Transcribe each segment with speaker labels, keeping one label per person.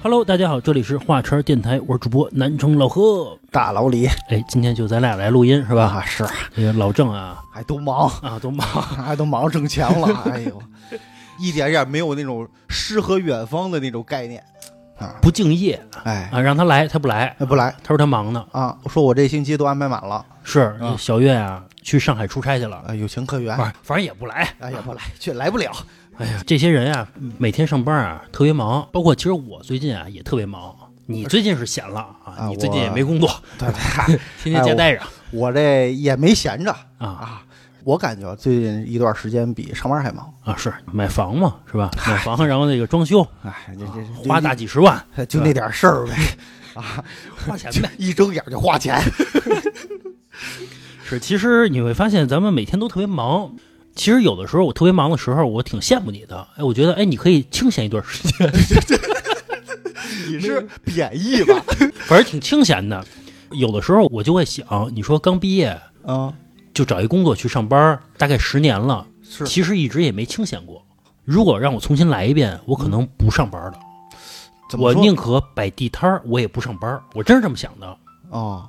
Speaker 1: Hello，大家好，这里是画圈电台，我是主播南城老贺。
Speaker 2: 大老李
Speaker 1: 哎，今天就咱俩来录音是吧？
Speaker 2: 啊，是，
Speaker 1: 那个老郑啊
Speaker 2: 还都忙，
Speaker 1: 啊都忙，
Speaker 2: 还都忙挣钱 了，哎呦，一点点没有那种诗和远方的那种概念啊，
Speaker 1: 不敬业
Speaker 2: 哎，
Speaker 1: 啊，让他来他不来，
Speaker 2: 哎不来
Speaker 1: 他说他忙呢。
Speaker 2: 啊，我说我这星期都安排满了，
Speaker 1: 是、
Speaker 2: 啊
Speaker 1: 小月啊去上海出差去了，
Speaker 2: 啊，有情可原，
Speaker 1: 反反正也不来。
Speaker 2: 哎呀，不来，却来不了，
Speaker 1: 哎呀，这些人啊，每天上班啊特别忙，包括其实我最近啊也特别忙。你最近是闲了啊？哎
Speaker 2: 啊
Speaker 1: 你最近
Speaker 2: 我
Speaker 1: 也没工作，
Speaker 2: 对对，
Speaker 1: 天天家待着、
Speaker 2: 我这也没闲着
Speaker 1: 啊
Speaker 2: 啊，我感觉最近一段时间比上班还忙，
Speaker 1: 啊！是买房嘛，是吧？买房，然后那个装修，
Speaker 2: 哎，这这这
Speaker 1: 花大几十 万，
Speaker 2: 就那点事儿呗，啊，
Speaker 1: 花钱
Speaker 2: 就
Speaker 1: 呗。
Speaker 2: 一睁眼就花钱，
Speaker 1: 是，其实你会发现咱们每天都特别忙。其实有的时候我特别忙的时候，我挺羡慕你的。哎，我觉得哎，你可以清闲一段时间，
Speaker 2: 你是贬义 吧？
Speaker 1: 反正挺清闲的。有的时候我就会想，你说刚毕业
Speaker 2: 啊，
Speaker 1: 就找一工作去上班，大概十年了，
Speaker 2: 是
Speaker 1: 其实一直也没清闲过。如果让我重新来一遍，我可能不上班了，
Speaker 2: 怎么
Speaker 1: 我
Speaker 2: 说
Speaker 1: 宁可摆地摊儿，我也不上班。我真是这么想的，
Speaker 2: 哦，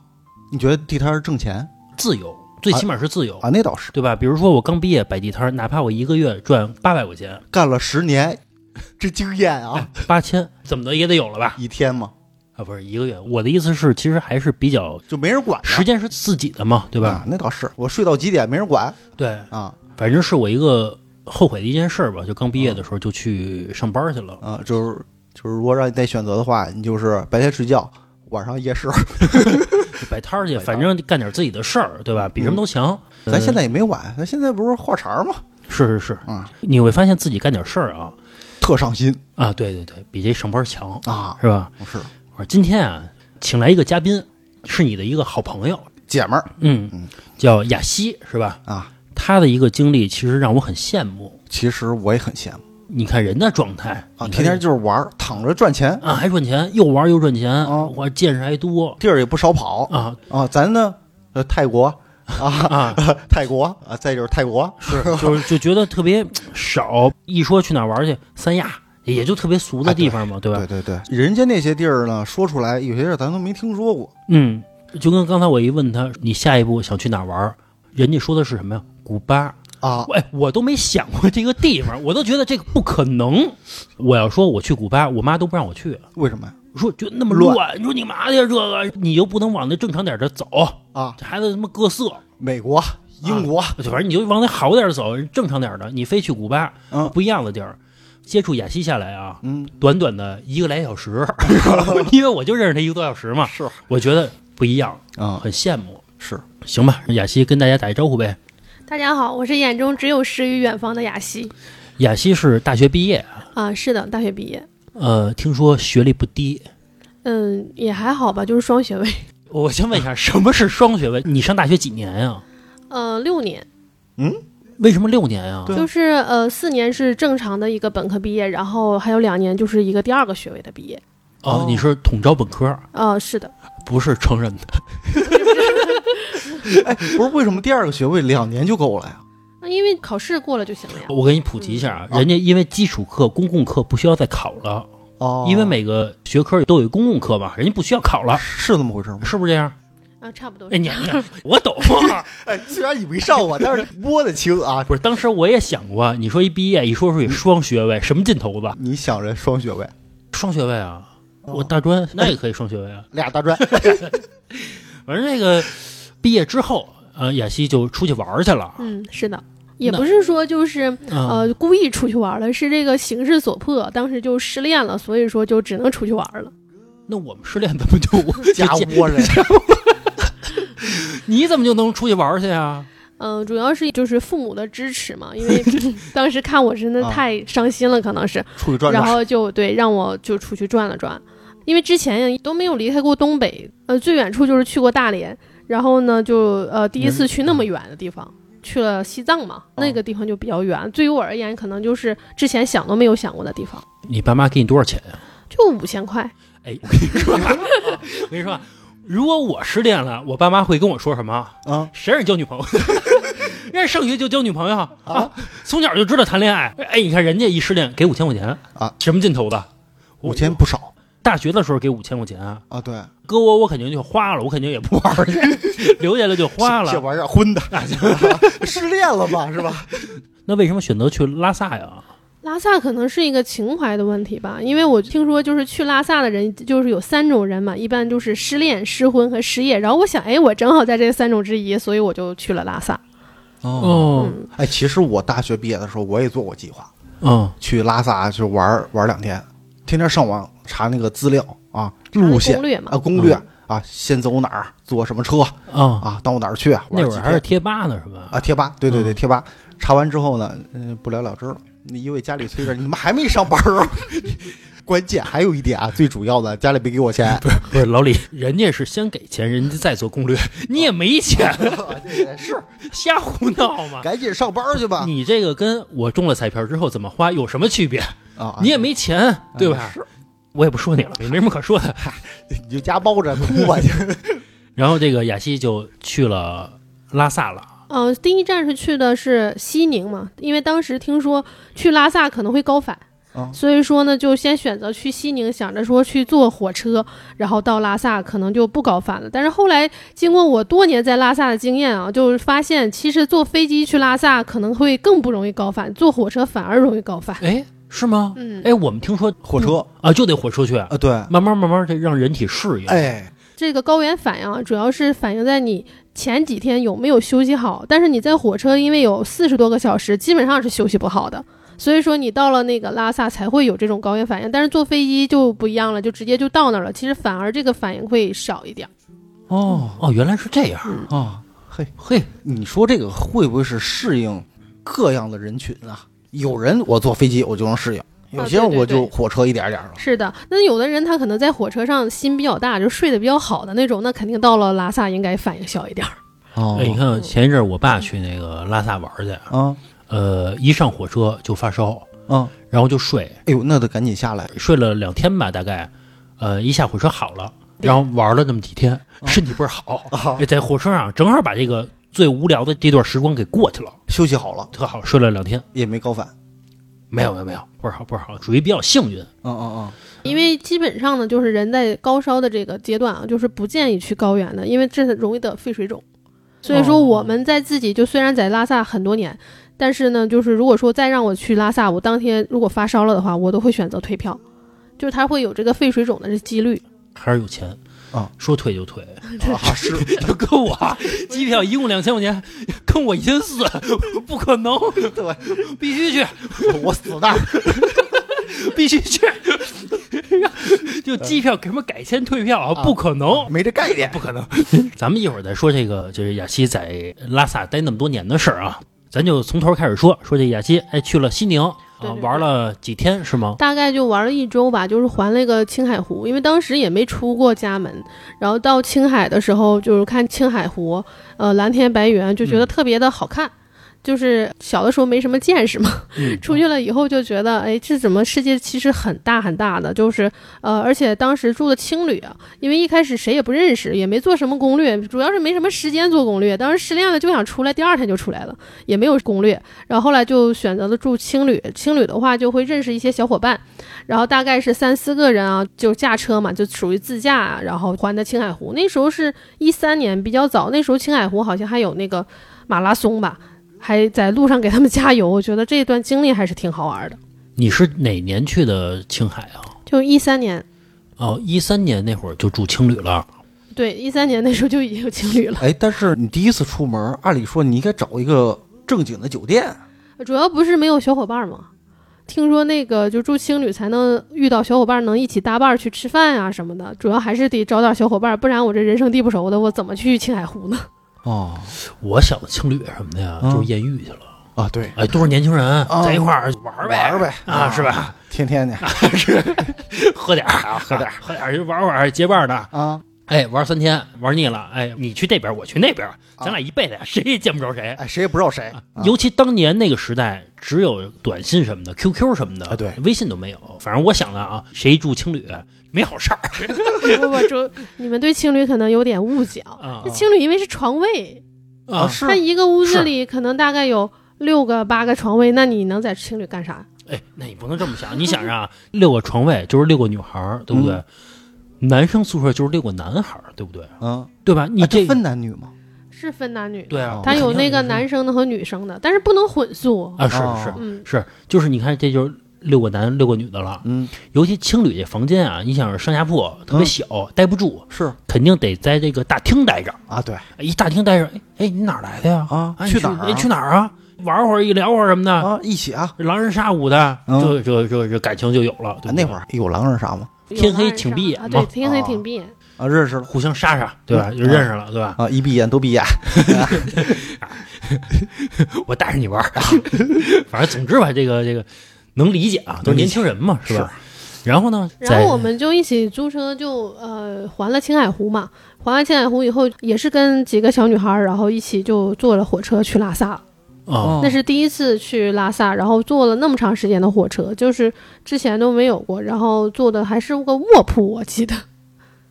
Speaker 2: 你觉得地摊儿挣钱
Speaker 1: 自由，最起码是自由，
Speaker 2: 啊？那倒是，
Speaker 1: 对吧？比如说我刚毕业摆地摊儿，哪怕我一个月赚八百块钱，
Speaker 2: 干了十年，这经验 啊，
Speaker 1: 八千怎么的也得有了吧？
Speaker 2: 一天嘛，
Speaker 1: 啊，不是一个月。我的意思是，其实还是比较
Speaker 2: 就没人管
Speaker 1: 时间是自己的嘛，对
Speaker 2: 对
Speaker 1: 吧？
Speaker 2: 那倒是，我睡到几点没人管
Speaker 1: 对，
Speaker 2: 啊
Speaker 1: 反正是我一个后悔的一件事儿吧。就刚毕业的时候就去上班去了，
Speaker 2: 啊，就是就是，如果让你再选择的话，你就是白天睡觉，晚上夜市。
Speaker 1: 就摆摊儿去，
Speaker 2: 嗯摆摊
Speaker 1: 反
Speaker 2: 儿嗯
Speaker 1: 正干点自己的事儿，对吧？比什么都强。
Speaker 2: 咱现在也没晚，咱现在不是话茬儿吗？
Speaker 1: 呃是是是，
Speaker 2: 啊，
Speaker 1: 你会发现自己干点事儿啊
Speaker 2: 特上心
Speaker 1: 啊，对对对，比这上班强，
Speaker 2: 啊，
Speaker 1: 是吧？
Speaker 2: 是
Speaker 1: 我说今天啊，请来一个嘉宾，是你的一个好朋友，
Speaker 2: 姐们儿
Speaker 1: 嗯，叫雅西，是吧？
Speaker 2: 啊。
Speaker 1: 他的一个经历其实让我很羡慕。
Speaker 2: 其实我也很羡慕
Speaker 1: 你看人的状态
Speaker 2: 啊，
Speaker 1: 你看
Speaker 2: 天天就是玩儿，躺着赚钱，
Speaker 1: 啊，还赚钱，又玩又赚钱，
Speaker 2: 啊
Speaker 1: 我见识还多
Speaker 2: 地儿也不少跑
Speaker 1: 啊
Speaker 2: 啊。咱呢，呃，泰国啊，
Speaker 1: 啊，
Speaker 2: 泰国啊，再就是泰国，
Speaker 1: 是就是就觉得特别少。一说去哪儿玩去，三亚也就特别俗的地方嘛，对吧？
Speaker 2: 啊对对对，人家那些地儿呢，说出来有些地儿咱都没听说过。
Speaker 1: 嗯，就跟刚才我一问他，你下一步想去哪儿玩？人家说的是什么呀？古巴。
Speaker 2: 啊，
Speaker 1: 哎，我都没想过这个地方，我都觉得这个不可能。我要说我去古巴，我妈都不让我去，
Speaker 2: 为什么呀？
Speaker 1: 说觉得那么
Speaker 2: 乱
Speaker 1: 乱，你说你嘛去这个，你又不能往那正常点儿的走，
Speaker 2: 啊，
Speaker 1: 这孩子他妈各色。
Speaker 2: 美国、英国，
Speaker 1: 就反正你就往那好点儿走，正常点儿的，你非去古巴，
Speaker 2: 嗯
Speaker 1: 不一样的地儿。接触雅西下来啊，
Speaker 2: 嗯，
Speaker 1: 短短的一个来小时， 因为我就认识他一个多小时嘛，
Speaker 2: 是
Speaker 1: 我觉得不一样，
Speaker 2: 啊，
Speaker 1: 很羡慕。
Speaker 2: 是
Speaker 1: 行吧，雅西跟大家打一招呼呗。
Speaker 3: 大家好，我是眼中只有诗与远方的雅西
Speaker 1: 雅西是大学毕业，
Speaker 3: 啊，是的，大学毕业，
Speaker 1: 呃，听说学历不低。
Speaker 3: 嗯，也还好吧，就是双学位，
Speaker 1: 我先问一下，什么是双学位？你上大学几年呀、
Speaker 3: 呃，六年，
Speaker 1: 为什么六年呀、
Speaker 2: 对啊
Speaker 3: 就是呃四年是正常的一个本科毕业，然后还有两年就是一个第二个学位的毕业，
Speaker 1: 哦
Speaker 2: 哦，
Speaker 1: 你是统招本科，
Speaker 3: 呃，是的，
Speaker 1: 不是成人的。
Speaker 2: 不是为什么第二个学位两年就够了呀？
Speaker 3: 那因为考试过了就行了呀。
Speaker 1: 我给你普及一下啊，
Speaker 2: 嗯
Speaker 1: 人家因为基础课、公共课不需要再考了。
Speaker 2: 哦
Speaker 1: 因为每个学科都有公共课嘛，人家不需要考了，
Speaker 2: 是这么回事吗？
Speaker 1: 是不是这样？
Speaker 3: 啊，差不多
Speaker 1: 哎，，你看我懂，啊
Speaker 2: 哎，虽然你没上过，但是摸得清啊。
Speaker 1: 不是？当时我也想过，你说一毕业一说出去双学位，什么劲头子？
Speaker 2: 你想着双学位，
Speaker 1: 双学位啊，
Speaker 2: 哦
Speaker 1: 我大专那也可以双学位啊。
Speaker 2: 俩 大专，
Speaker 1: 反正那个毕业之后，呃，雅西就出去玩儿去了。
Speaker 3: 嗯，是的，也
Speaker 1: 那
Speaker 3: 不是说就是
Speaker 1: 嗯，
Speaker 3: 呃故意出去玩了，是这个形势所迫，当时就失恋了，所以说就只能出去玩了。
Speaker 1: 那我们失恋怎么就
Speaker 2: 家
Speaker 1: 就
Speaker 2: 窝人
Speaker 1: 你怎么就能出去玩儿去啊？
Speaker 3: 嗯、主要是就是父母的支持嘛，因 为当时看我真的
Speaker 2: 啊
Speaker 3: 太伤心了，可能是，
Speaker 2: 出去转
Speaker 3: 然
Speaker 2: 转。
Speaker 3: 后就对让我就出去转了转，因为之前呀都没有离开过东北，呃，最远处就是去过大连，然后呢就呃第一次去那么远的地方，去了西藏嘛，那个地方就比较远，对于我而言可能就是之前想都没有想过的地方，
Speaker 1: 你爸妈给你多少钱呀、
Speaker 3: 就五千块，
Speaker 1: 哎，我跟你说啊，我跟你说啊，如果我失恋了，我爸妈会跟我说什么？
Speaker 2: 啊，
Speaker 1: 谁让你交女朋友？ 人家上学就交女朋友啊，从小就知道谈恋爱。哎，你看人家一失恋给五千块钱
Speaker 2: 啊，
Speaker 1: 什么劲头的？
Speaker 2: 五千不少，
Speaker 1: 大学的时候给五千块钱，
Speaker 2: 啊，对，
Speaker 1: 搁我我肯定就花了，我肯定也不玩儿去， 留下来就花
Speaker 2: 这
Speaker 1: 了。
Speaker 2: 玩意儿昏 的，失恋了吧，是吧？
Speaker 1: 那为什么选择去拉萨呀？
Speaker 3: 拉萨可能是一个情怀的问题吧，因为我听说就是去拉萨的人就是有三种人嘛，一般就是失恋、失婚和失业。然后我想，哎，我正好在这三种之一，所以我就去了拉萨。
Speaker 2: 哦，
Speaker 1: 哦
Speaker 3: 嗯，
Speaker 2: 哎，其实我大学毕业的时候，我也做过计划，
Speaker 1: 嗯，
Speaker 2: 去拉萨去玩儿玩儿两天，天天上网查那个资料啊，路
Speaker 3: 攻
Speaker 2: 线
Speaker 3: 略嘛
Speaker 2: 啊，，攻
Speaker 1: 嗯
Speaker 2: 略啊，先走哪儿，坐什么车
Speaker 1: 啊，
Speaker 2: 啊，到哪儿去，玩
Speaker 1: 那
Speaker 2: 儿
Speaker 1: 会
Speaker 2: 几
Speaker 1: 儿还是
Speaker 2: 天
Speaker 1: 贴吧呢，是吧？
Speaker 2: 啊，贴吧，对对对，
Speaker 1: 嗯
Speaker 2: 贴吧。查完之后呢，嗯，不了了之了。你因为家里催着，你们还没上班儿啊？ 关键还有一点啊，最主要的，家里别给我钱，
Speaker 1: 不是老李，人家是先给钱，人家再做攻略，你也没钱，
Speaker 2: 是
Speaker 1: 瞎胡闹嘛。
Speaker 2: 赶紧上班儿去吧。
Speaker 1: 你这个跟我中了彩票之后怎么花有什么区别？
Speaker 2: 啊，
Speaker 1: 你也没钱，对吧？
Speaker 2: 是，
Speaker 1: 我也不说你了，也 没什么可说的。
Speaker 2: 你就家包着哭吧去。
Speaker 1: 然后这个雅西就去了拉萨了，
Speaker 3: 呃，第一站是去的是西宁嘛，因为当时听说去拉萨可能会高反，
Speaker 2: 啊
Speaker 3: 所以说呢，就先选择去西宁，想着说去坐火车，然后到拉萨可能就不高反了。但是后来经过我多年在拉萨的经验啊，就是发现其实坐飞机去拉萨可能会更不容易高反，坐火车反而容易高反。
Speaker 1: 哎，是吗？呃
Speaker 3: 嗯，
Speaker 1: 哎，我们听说
Speaker 2: 火车
Speaker 1: 啊，就得火车去，
Speaker 2: 啊，对，
Speaker 1: 慢慢慢慢这让人体适应。
Speaker 2: 哎，
Speaker 3: 这个高原反应啊，主要是反映在你前几天有没有休息好。但是你在火车，因为有四十多个小时，基本上是休息不好的。所以说你到了那个拉萨才会有这种高原反应，但是坐飞机就不一样了，就直接就到那儿了。其实反而这个反应会少一点。
Speaker 2: 哦
Speaker 1: 哦，原来是这样。
Speaker 2: 啊，嘿，
Speaker 1: 嘿，
Speaker 2: 你说这个会不会是适应各样的人群啊？有人我坐飞机我就能适应，有些人
Speaker 3: 哦对对
Speaker 2: 我就
Speaker 3: 对
Speaker 2: 火车一点儿点儿了。
Speaker 3: 是的，那有的人他可能在火车上心比较大，就睡得比较好的那种，那肯定到了拉萨应该反应小一点儿。
Speaker 2: 哦
Speaker 1: 哎，你看前一阵儿我爸去那个拉萨玩去，
Speaker 2: 啊
Speaker 1: 呃，一上火车就发烧，
Speaker 2: 啊，
Speaker 1: 然后就睡，
Speaker 2: 哎呦，那得赶紧下来。
Speaker 1: 睡了两天吧，大概，呃，一下火车好了，然后玩了那么几天，身体倍儿好，哎在火车上正好把这个最无聊的这段时光给过去了，
Speaker 2: 休息好了
Speaker 1: 特好，睡了两天，
Speaker 2: 也没高反。
Speaker 1: 没有没有没有，倍儿好倍儿好，属于比较幸运。
Speaker 2: 嗯嗯
Speaker 3: 因为基本上呢，就是人在高烧的这个阶段啊，就是不建议去高原的，因为这容易得肺水肿。所以说我们在自己就虽然在拉萨很多年，但是呢，就是如果说再让我去拉萨，我当天如果发烧了的话，我都会选择退票，就是他会有这个肺水肿的这几率。
Speaker 1: 还是有钱
Speaker 2: 啊，
Speaker 1: 说退就退，
Speaker 2: 嗯，啊是，
Speaker 1: 就跟 我机票一共两千块钱，跟我一千四，不可能，对， 必须去，
Speaker 2: 我死那儿。
Speaker 1: 必须去， 就机票给什么改签退票啊，
Speaker 2: 啊
Speaker 1: 不可能。
Speaker 2: 没这概念，
Speaker 1: 不可能，咱们一会儿再说这个，就是雅西在拉萨待那么多年的事儿啊，咱就从头开始说，说这雅西哎去了西宁啊
Speaker 3: 对对，对
Speaker 1: 玩了几天是吗？
Speaker 3: 大概就玩了一周吧，就是环了一个青海湖，因为当时也没出过家门。然后到青海的时候，就是看青海湖，呃，蓝天白云，就觉得
Speaker 1: 嗯
Speaker 3: 特别的好看。就是小的时候没什么见识嘛，
Speaker 1: 嗯
Speaker 3: 出去了以后就觉得，哎，这怎么世界其实很大很大的？就是呃，而且当时住的青旅啊，因为一开始谁也不认识，也没做什么攻略，主要是没什么时间做攻略。当时失恋了就想出来，第二天就出来了，也没有攻略。然后后来就选择了住青旅，青旅的话就会认识一些小伙伴，然后大概是三四个人啊，就驾车嘛，就属于自驾，然后环的青海湖。那时候是一三年，比较早，那时候青海湖好像还有那个马拉松吧，还在路上给他们加油。我觉得这段经历还是挺好玩的。
Speaker 1: 你是哪年去的青海啊？
Speaker 3: 就一三年，
Speaker 1: 哦，一三年那会儿就住青旅了。
Speaker 3: 对，一三年那时候就已经有情侣了。
Speaker 2: 哎，但是你第一次出门，按理说你应该找一个正经的酒店。
Speaker 3: 主要不是没有小伙伴嘛，听说那个就住青旅才能遇到小伙伴，能一起搭伴儿去吃饭啊什么的。主要还是得找点小伙伴，不然我这人生地不熟的，我怎么去青海湖呢？
Speaker 2: 哦
Speaker 1: 我想的青旅什么的呀，
Speaker 2: 嗯
Speaker 1: 就是艳遇去了。
Speaker 2: 啊，对，
Speaker 1: 哎，都是年轻人
Speaker 2: 啊
Speaker 1: 在一块儿玩儿
Speaker 2: 玩儿呗
Speaker 1: 啊，是 吧？啊
Speaker 2: 天天的
Speaker 1: 喝点儿，喝点儿，喝点儿就玩玩儿结伴儿的。
Speaker 2: 啊，
Speaker 1: 哎，玩三天玩腻了，哎，你去这边，我去那边，咱俩一辈子呀 谁也见不着谁。
Speaker 2: 哎，谁也不知道谁。啊
Speaker 1: 尤其当年那个时代，只有短信什么的、QQ 什么的，
Speaker 2: 啊对
Speaker 1: 微信都没有。反正我想的啊，谁住青旅没好事儿
Speaker 3: 不不，就你们对青旅可能有点误解啊。
Speaker 1: 啊
Speaker 3: 这青旅因为是床位，
Speaker 2: 啊
Speaker 1: 啊！
Speaker 2: 是
Speaker 3: 它一个屋子里可能大概有六个八个床位，那你能在青旅干啥？
Speaker 1: 哎，那你不能这么想，你想啊， 六个床位就是六个女孩儿，对不对？男生宿舍就是六个男孩儿，对不对？
Speaker 2: 嗯，
Speaker 1: 对吧？你
Speaker 2: 哎
Speaker 1: 这、
Speaker 2: 分男女吗？
Speaker 3: 是分男女的，
Speaker 1: 对啊
Speaker 2: 哦，
Speaker 3: 它有那个
Speaker 1: 肯定是
Speaker 3: 男生的和女生的，但是不能混宿。
Speaker 1: 啊，是
Speaker 2: 哦
Speaker 1: 是
Speaker 3: 嗯，
Speaker 1: 是，就是你看，这就是六个男六个女的了。
Speaker 2: 嗯，
Speaker 1: 尤其情侣这房间啊，你想是上下铺，特别
Speaker 2: 嗯
Speaker 1: 小，待不住，
Speaker 2: 是
Speaker 1: 肯定得在这个大厅待着。
Speaker 2: 啊，对
Speaker 1: 一大厅待着，哎哎，你哪儿来的呀？
Speaker 2: 啊
Speaker 1: 哎，
Speaker 2: 去哪儿
Speaker 1: 你
Speaker 2: 啊
Speaker 1: 去哪儿啊？玩会儿一聊会儿什么的，
Speaker 2: 啊，一起啊。
Speaker 1: 狼人杀舞的，
Speaker 2: 嗯
Speaker 1: 这这这这感情就有了。对不对
Speaker 2: 啊那会儿有狼人杀吗？
Speaker 1: 天黑请闭眼
Speaker 3: 啊，
Speaker 1: 嘛
Speaker 3: 对，天黑
Speaker 2: 哦
Speaker 3: 请闭眼。
Speaker 2: 啊，认识了
Speaker 1: 互相杀杀，对吧？就认识了，对吧？
Speaker 2: 啊，一闭眼都闭眼。嗯
Speaker 1: 我带着你玩儿，
Speaker 2: 啊
Speaker 1: 反正总之吧，这个这个能理解啊，都是年轻人嘛，是吧？然后呢，
Speaker 3: 然
Speaker 1: 在
Speaker 3: 后我们就一起租车就，呃环了青海湖嘛，环完青海湖以后，也是跟几个小女孩儿，然后一起就坐了火车去拉萨。
Speaker 1: 啊，
Speaker 2: 哦
Speaker 3: 那是第一次去拉萨，然后坐了那么长时间的火车，就是之前都没有过，然后坐的还是个卧铺，我记得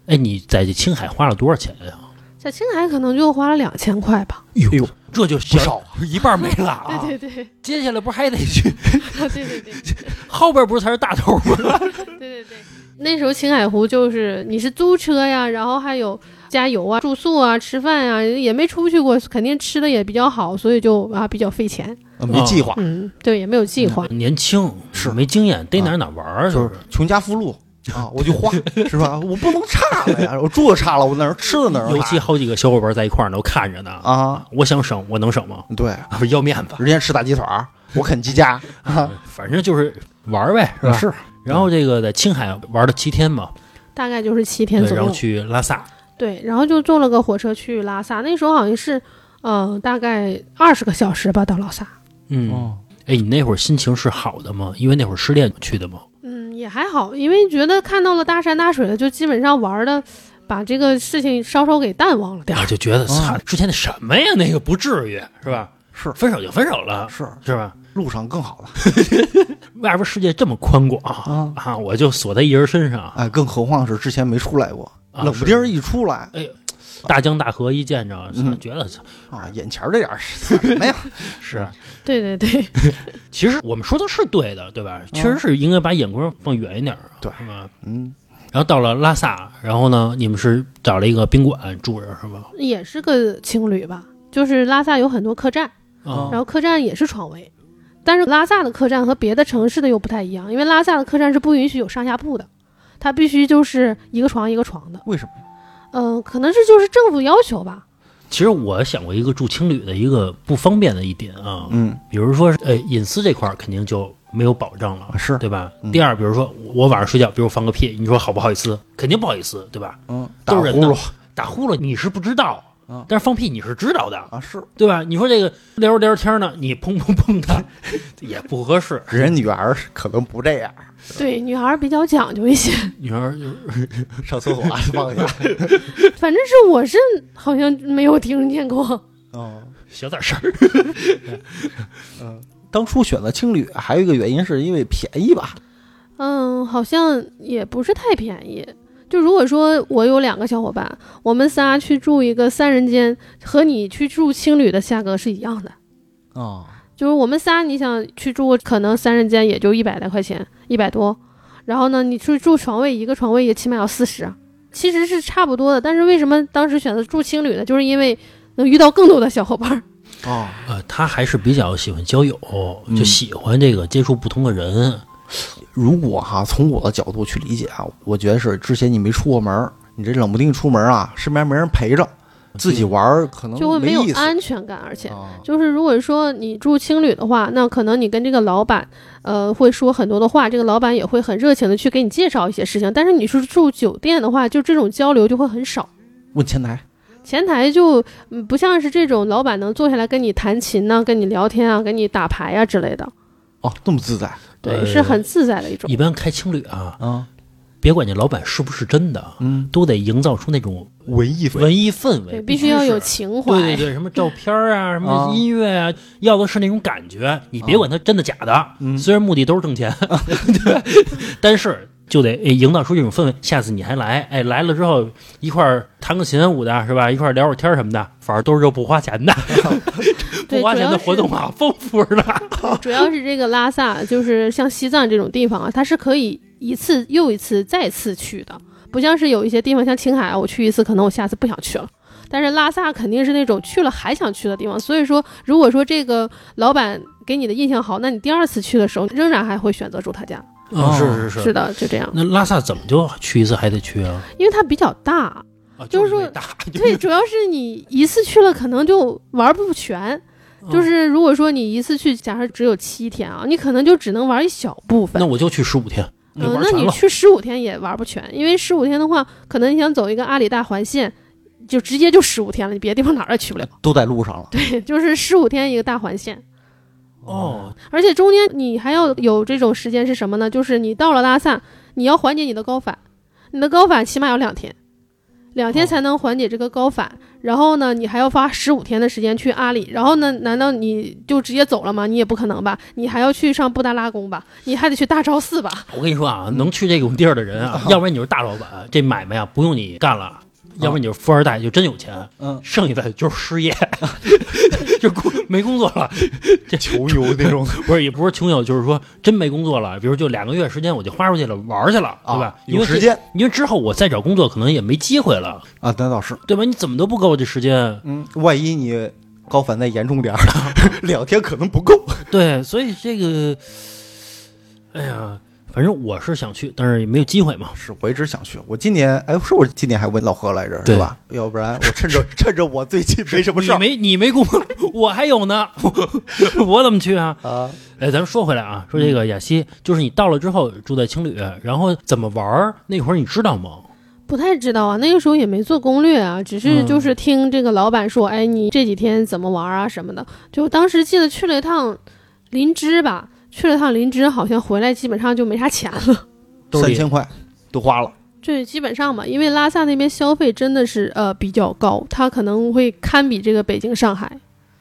Speaker 1: 哎，你在这青海花了多少钱呀？
Speaker 3: 在青海可能就花了两千块吧。
Speaker 2: 哎呦，
Speaker 1: 这就
Speaker 2: 不
Speaker 1: 不，
Speaker 2: 少
Speaker 1: 一半没了啊！
Speaker 3: 对对对，啊
Speaker 1: 接下来不是还得去
Speaker 3: 对对对
Speaker 1: 后边不是才是大头吗？
Speaker 3: 对对对。那时候青海湖就是你是租车呀，然后还有加油啊、住宿啊、吃饭啊，也没出去过，肯定吃的也比较好，所以就啊比较费钱。
Speaker 2: 啊没计划，
Speaker 3: 嗯，对，也没有计划。
Speaker 1: 年轻
Speaker 2: 是啊
Speaker 1: 没经验，逮哪儿哪儿玩儿，
Speaker 2: 就是穷家富路啊，我就 花是吧？我不能差了呀，我住的差了，我哪儿吃的哪儿
Speaker 1: 尤
Speaker 2: 差
Speaker 1: 其好几个小伙伴在一块儿呢，我看着呢。
Speaker 2: 啊？
Speaker 1: 我想省，我能省吗？
Speaker 2: 对，
Speaker 1: 啊要面子，
Speaker 2: 人家吃大鸡腿儿，我啃鸡架，啊
Speaker 1: 反正就是玩儿呗，是吧？
Speaker 2: 是
Speaker 1: 然后这个在青海玩了七天嘛，
Speaker 3: 大概就是七天
Speaker 1: 对
Speaker 3: 左
Speaker 1: 然后
Speaker 3: 右。
Speaker 1: 去拉萨，
Speaker 3: 对，然后就坐了个火车去拉萨，那时候好像是，呃，大概二十个小时吧，到拉萨。
Speaker 1: 嗯，
Speaker 2: 哦
Speaker 1: 哎，你那会儿心情是好的吗？因为那会儿失恋去的嘛，
Speaker 3: 嗯，也还好，因为觉得看到了大山大水了，就基本上玩的，把这个事情稍稍给淡忘了点
Speaker 1: 啊，
Speaker 3: 儿。
Speaker 1: 就觉得
Speaker 2: 嗯
Speaker 1: 操，之前那什么呀，那个不至于是吧？
Speaker 2: 是
Speaker 1: 分手就分手了，
Speaker 2: 是，
Speaker 1: 是吧？
Speaker 2: 路上更好了
Speaker 1: 外边世界这么宽广啊
Speaker 2: 啊
Speaker 1: 我就锁在一人身上，
Speaker 2: 哎，更何况是之前没出来过，
Speaker 1: 啊
Speaker 2: 冷不丁儿一出来
Speaker 1: 大江大河一见着，操
Speaker 2: 嗯
Speaker 1: 觉得操
Speaker 2: 啊，眼前儿这点儿 是怎么呀？
Speaker 1: 是。
Speaker 3: 对对对，
Speaker 1: 其实我们说的是对的，对吧？确实是应该把眼光放远一点儿，
Speaker 2: 嗯对
Speaker 1: 是吧？
Speaker 2: 嗯，
Speaker 1: 然后到了拉萨，然后呢，你们是找了一个宾馆住着是吧？
Speaker 3: 也是个情侣吧，就是拉萨有很多客栈，
Speaker 1: 啊、
Speaker 2: 嗯
Speaker 3: 然后客栈也是床位，但是拉萨的客栈和别的城市的又不太一样，因为拉萨的客栈是不允许有上下铺的，它必须就是一个床一个床的。
Speaker 2: 为什么？
Speaker 3: 嗯、可能是就是政府要求吧。
Speaker 1: 其实我想过一个住情侣的一个不方便的一点啊，
Speaker 2: 嗯，
Speaker 1: 比如说，呃，隐私这块儿肯定就没有保障了，
Speaker 2: 是
Speaker 1: 对吧？
Speaker 2: 嗯
Speaker 1: 第二，比如说我晚上睡觉，比如放个屁，你说好不好意思？肯定不好意思，对吧？
Speaker 2: 嗯，打
Speaker 1: 都是人
Speaker 2: 呼
Speaker 1: 呢
Speaker 2: 噜，
Speaker 1: 打呼噜你是不知道
Speaker 2: 嗯，
Speaker 1: 但是放屁你是知道的，
Speaker 2: 啊，是
Speaker 1: 对吧？你说这个聊着聊着天呢，你砰砰砰的 也不合适。
Speaker 2: 人女儿可能不这样，
Speaker 3: 对，女孩儿比较讲究一些。
Speaker 1: 你说
Speaker 2: 上厕所啊，放下。
Speaker 3: 反正是我是好像没有听见过。
Speaker 1: 哦
Speaker 2: 嗯
Speaker 1: 小点声儿，
Speaker 2: 嗯，当初选择青旅还有一个原因是因为便宜吧？
Speaker 3: 嗯，好像也不是太便宜。就如果说我有两个小伙伴，我们仨去住一个三人间，和你去住青旅的价格是一样的。
Speaker 1: 哦
Speaker 2: 啊，
Speaker 3: 就是我们仨，你想去住，可能三人间也就一百来块钱，一百多。然后呢，你去住床位，一个床位也起码要四十，啊其实是差不多的。但是为什么当时选择住青旅呢？就是因为能遇到更多的小伙伴儿。
Speaker 2: 哦，
Speaker 1: 呃，他还是比较喜欢交友，
Speaker 2: 嗯
Speaker 1: 就喜欢这个接触不同的人。
Speaker 2: 如果哈、从我的角度去理解啊，我觉得是之前你没出过门儿，你这冷不丁出门啊，身边没人陪着，
Speaker 1: 嗯
Speaker 2: 自己玩儿可能
Speaker 3: 就会没有
Speaker 2: 意思。
Speaker 3: 安全感，而且
Speaker 2: 啊
Speaker 3: 就是如果说你住青旅的话，那可能你跟这个老板，呃，会说很多的话，这个老板也会很热情的去给你介绍一些事情。但是你是住酒店的话，就这种交流就会很少。
Speaker 2: 问前台，
Speaker 3: 前台就嗯不像是这种老板能坐下来跟你弹琴呢、跟你聊天啊、跟你打牌啊之类的，
Speaker 2: 哦，这么自在
Speaker 3: 对，
Speaker 1: 呃
Speaker 3: 是很自在的一种
Speaker 1: 一。般开青旅啊，
Speaker 2: 啊，
Speaker 1: 别管这老板是不是真的，
Speaker 2: 嗯，
Speaker 1: 都得营造出那种
Speaker 2: 文艺
Speaker 1: 文艺氛围
Speaker 3: 对，，必须要有情怀。
Speaker 1: 对对对，什么照片 啊，什么
Speaker 2: 啊
Speaker 1: 音乐啊，要的是那种感觉。你
Speaker 3: 啊
Speaker 1: 别管它真的假的，
Speaker 2: 嗯
Speaker 1: 虽然目的都是挣 钱，对，但是就得哎营造出这种氛围。下次你还来，哎，来了之后一块儿弹个琴舞的是吧？一块儿聊会儿天儿什么的，反正都是不花 钱的，
Speaker 3: 对
Speaker 1: 不花钱的活动啊，丰富着呢。
Speaker 3: 主要是这个拉萨，就是像西藏这种地方啊，它是可以一次又一次再次去的，不像是有一些地方像青海啊，我去一次可能我下次不想去了。但是拉萨肯定是那种去了还想去的地方，所以说如果说这个老板给你的印象好，那你第二次去的时候仍然还会选择住他家。
Speaker 1: 哦是是
Speaker 3: 是。的，就这样，
Speaker 1: 那拉萨怎么就去一次还得去啊？
Speaker 3: 因为它比较 大，
Speaker 1: 啊
Speaker 3: 就是
Speaker 1: 那
Speaker 3: 说
Speaker 1: 大，
Speaker 3: 对，主要是你一次去了可能就玩不全。就
Speaker 1: 嗯
Speaker 3: 是如果说你一次去，假设只有七天啊，你可能就只能玩一小部
Speaker 1: 嗯
Speaker 3: 分
Speaker 1: 那。我就去十五天，你
Speaker 3: 嗯，
Speaker 1: 玩
Speaker 3: 那
Speaker 1: 全
Speaker 3: 你
Speaker 1: 了。
Speaker 3: 去十五天也玩不全，因为十五天的话，可能你想走一个阿里大环线，就直接就十五天了，你别的地方哪儿也去不了。
Speaker 2: 都在路上了。
Speaker 3: 对，就是十五天一个大环线，
Speaker 1: 哦，
Speaker 3: 而且中间你还要有这种时间是什么呢？就是你到了拉萨，你要缓解你的高反，你的高反起码要两天，两天
Speaker 1: 哦
Speaker 3: 才能缓解这个高反。然后呢，你还要花十五天的时间去阿里，然后呢，难道你就直接走了吗？你也不可能吧，你还要去上布达拉宫吧，你还得去大昭寺吧。
Speaker 1: 我跟你说啊，能去这种地儿的人
Speaker 2: 嗯
Speaker 1: 啊，要不然你就是大老板，这买卖啊不用你干了；要不然你就是富二代，就真有钱。
Speaker 2: 嗯，
Speaker 1: 剩下的就是失 业， 就工没工作了。
Speaker 2: 穷游那 种，
Speaker 1: 不是，也不是穷游，就是说真没工作了。比如就两个月时间，我就花出去了，玩儿去了，对吧
Speaker 2: 啊？
Speaker 1: 因
Speaker 2: 有
Speaker 1: 为
Speaker 2: 时
Speaker 1: 这，
Speaker 2: 间
Speaker 1: 因为之后我再找工作可能也没机会了，
Speaker 2: 啊，那倒是。
Speaker 1: 对吧？你怎么都不够这时间，
Speaker 2: 嗯，万一你高反再严重点儿， 两天可能不够。
Speaker 1: 对，所以这个，哎呀，反正我是想去，但是也没有机会嘛。
Speaker 2: 是我一直想去，我今年哎，是我今年还问老何来着，
Speaker 1: 对
Speaker 2: 是吧？要不然我趁着 趁着我最近没什么事
Speaker 1: 你
Speaker 2: 儿
Speaker 1: 没你没工作，我还有 呢，我怎么去啊？
Speaker 2: 啊，
Speaker 1: 哎，咱们说回来啊，说这个雅西，就是你到了之后住在青旅，然后怎么玩儿那会儿你知道吗？
Speaker 3: 不太知道啊，那个时候也没做攻略啊，只是就是听这个老板说，哎，你这几天怎么玩啊什么的。就当时记得去了一趟林芝吧，去了趟林芝，好像回来基本上就没啥钱了。
Speaker 1: 兜
Speaker 2: 三
Speaker 1: 里
Speaker 2: 千块都花了。
Speaker 3: 对，基本上嘛，因为拉萨那边消费真的是呃比较高，它可能会堪比这个北京、上海。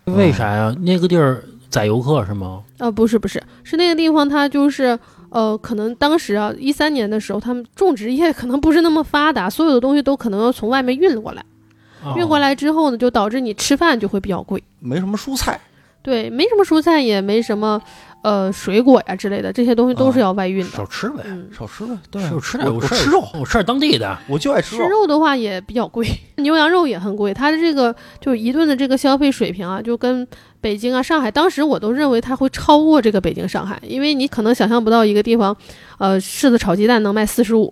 Speaker 2: 嗯
Speaker 1: 为啥呀？那个地儿宰游客是吗？
Speaker 3: 呃，不是不是，是那个地方它就是呃，可能当时啊，一三年的时候，他们种植业可能不是那么发达，所有的东西都可能要从外面运过来，运过
Speaker 1: 来
Speaker 3: 来之后呢，就导致你吃饭就会比较贵。
Speaker 2: 没什么蔬菜，
Speaker 3: 对，没什么蔬菜，也没什么呃水果呀之类的，这些东西都是要外运的。
Speaker 1: 哦少吃呗。
Speaker 3: 嗯，
Speaker 2: 少吃呗。对啊，
Speaker 1: 少吃点，
Speaker 2: 我
Speaker 1: 有
Speaker 2: 我
Speaker 1: 事儿
Speaker 2: 吃肉，
Speaker 1: 有事儿当地的。
Speaker 2: 我就爱吃
Speaker 3: 吃。肉的话也比较贵， 牛羊肉也很贵。它的这个就一顿的这个消费水平啊，就跟北京啊、上海，当时我都认为它会超过这个北京、上海，因为你可能想象不到一个地方，呃，柿子炒鸡蛋能卖四十五，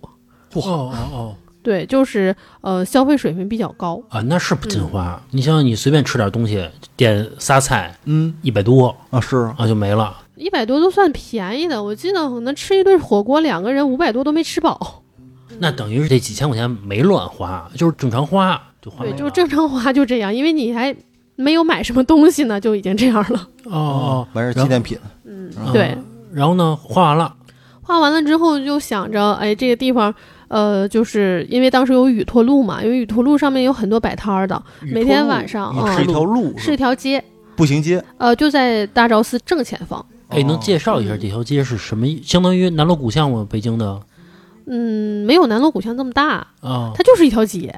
Speaker 1: 哦哦哦
Speaker 3: 对，就是呃消费水平比较高。
Speaker 1: 啊，那是不进花。你想想，你随便吃点东西，点仨菜
Speaker 2: 嗯
Speaker 1: 一百多
Speaker 2: 啊，是啊
Speaker 1: 啊就没了。
Speaker 3: 一百多都算便宜的，我记得可能吃一顿火锅，两个人五百多都没吃饱。
Speaker 1: 那等于是这几千块钱没乱花，就是正常花就花没
Speaker 3: 对，
Speaker 1: 了。
Speaker 3: 就正常花就这样，因为你还没有买什么东西呢，就已经这样了。
Speaker 1: 哦，
Speaker 2: 完事
Speaker 1: 然
Speaker 2: 儿
Speaker 1: 后
Speaker 2: 纪念品。
Speaker 3: 嗯
Speaker 2: 啊
Speaker 1: 哦
Speaker 3: 对。。
Speaker 1: 然后呢，花完了，
Speaker 3: 画完了之后就想着，哎，这个地方，呃，就是因为当时有雨托路嘛，因为雨托路上面有很多摆摊儿的，每天晚上
Speaker 2: 你是一
Speaker 3: 嗯
Speaker 2: 条路，
Speaker 3: 是一条街，
Speaker 2: 步行街。
Speaker 3: 呃，就在大昭寺正前方。
Speaker 1: 哎，能介
Speaker 2: 哦
Speaker 1: 绍一下这条街是什么？相当于南锣鼓巷吗？北京的
Speaker 3: 嗯，没有南锣鼓巷这么大，
Speaker 1: 啊
Speaker 2: 哦
Speaker 3: 它就是一条街。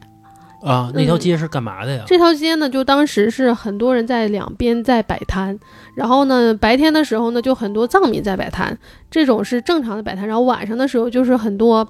Speaker 1: 啊，那条
Speaker 3: 嗯
Speaker 1: 街是干嘛的呀？
Speaker 3: 这条街呢，就当时是很多人在两边在摆摊，然后呢，白天的时候呢，就很多藏民在摆摊，这种是正常的摆摊。然后晚上的时候，就是很多，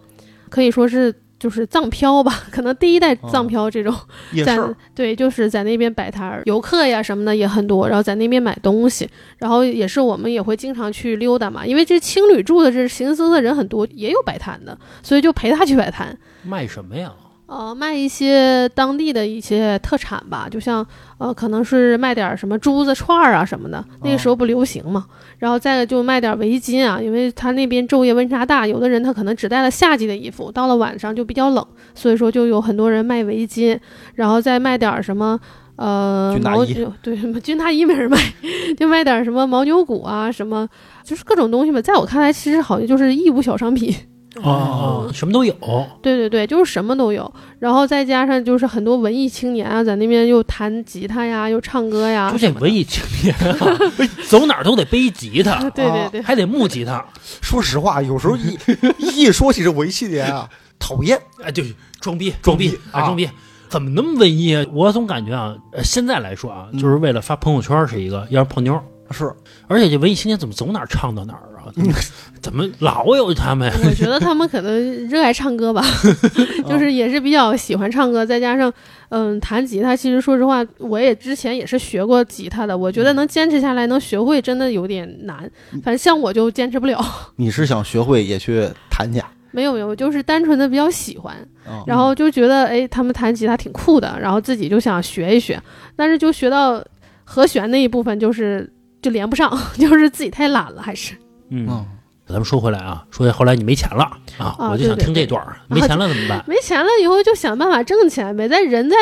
Speaker 3: 可以说是就是藏漂吧，可能第一代
Speaker 2: 哦
Speaker 3: 藏漂这种。
Speaker 2: 夜
Speaker 3: 在
Speaker 2: 市儿
Speaker 3: 对，就是在那边摆摊儿，游客呀什么的也很多，然后在那边买东西，然后也是我们也会经常去溜达嘛，因为这青旅住的这形形色色的人很多，也有摆摊的，所以就陪他去摆摊，
Speaker 1: 卖什么呀？
Speaker 3: 呃，卖一些当地的一些特产吧，就像呃，可能是卖点儿什么珠子串儿啊什么的，那
Speaker 2: 哦
Speaker 3: 个时候不流行嘛。然后再就卖点儿围巾啊，因为他那边昼夜温差大，有的人他可能只带了夏季的衣服，到了晚上就比较冷，所以说就有很多人卖围巾，然后再卖点儿什么。呃，
Speaker 2: 军大
Speaker 3: 毛
Speaker 2: 衣
Speaker 3: 牛对 什么军大衣没人卖， 就卖点儿什么牦牛骨啊，什么就是各种东西吧。在我看来，其实好像就是义乌小商品。
Speaker 1: 哦哦，什么都有。
Speaker 3: 对对对，就是什么都有，然后再加上就是很多文艺青年啊，在那边又弹吉他呀，又唱歌呀
Speaker 1: 就
Speaker 3: 什
Speaker 1: 这
Speaker 3: 么的，
Speaker 1: 文艺青年啊， 走哪儿都得背一吉他，
Speaker 3: 啊
Speaker 1: 啊
Speaker 3: 对对对，
Speaker 1: 还得木吉他，
Speaker 2: 说实话，有时候 一一说起这文艺青年啊，讨厌。
Speaker 1: 哎，对，装逼装逼啊，
Speaker 2: 啊
Speaker 1: 装逼。怎么那么文艺啊？我总感觉啊，呃现在来说啊，
Speaker 2: 嗯
Speaker 1: 就是为了发朋友圈是一个，要是泡妞儿，
Speaker 2: 是
Speaker 1: 而且这文艺青年怎么走哪儿唱到哪儿啊？ 怎么老有他们？
Speaker 3: 我觉得他们可能热爱唱歌 吧，就是也是比较喜欢唱歌，再加上嗯弹吉他。其实说实话，我也之前也是学过吉他的，我
Speaker 1: 嗯
Speaker 3: 觉得能坚持下来，能学会真的有点难。反正像我就坚持不了，
Speaker 2: 你是想学会也去弹去？
Speaker 3: 没有没有，就是单纯的比较喜欢，
Speaker 2: 嗯
Speaker 3: 然后就觉得哎他们弹吉他挺酷的，然后自己就想学一学，但是就学到和弦那一部分就是就连不上， 就是自己太懒了，还是
Speaker 1: 嗯，
Speaker 2: 嗯，
Speaker 1: 咱们说回来啊，说后来你没钱了啊，
Speaker 3: 啊
Speaker 1: 我就想
Speaker 3: 对对啊
Speaker 1: 听这段儿，没钱了怎么办？
Speaker 3: 没钱了以后就想办法挣钱呗。但人在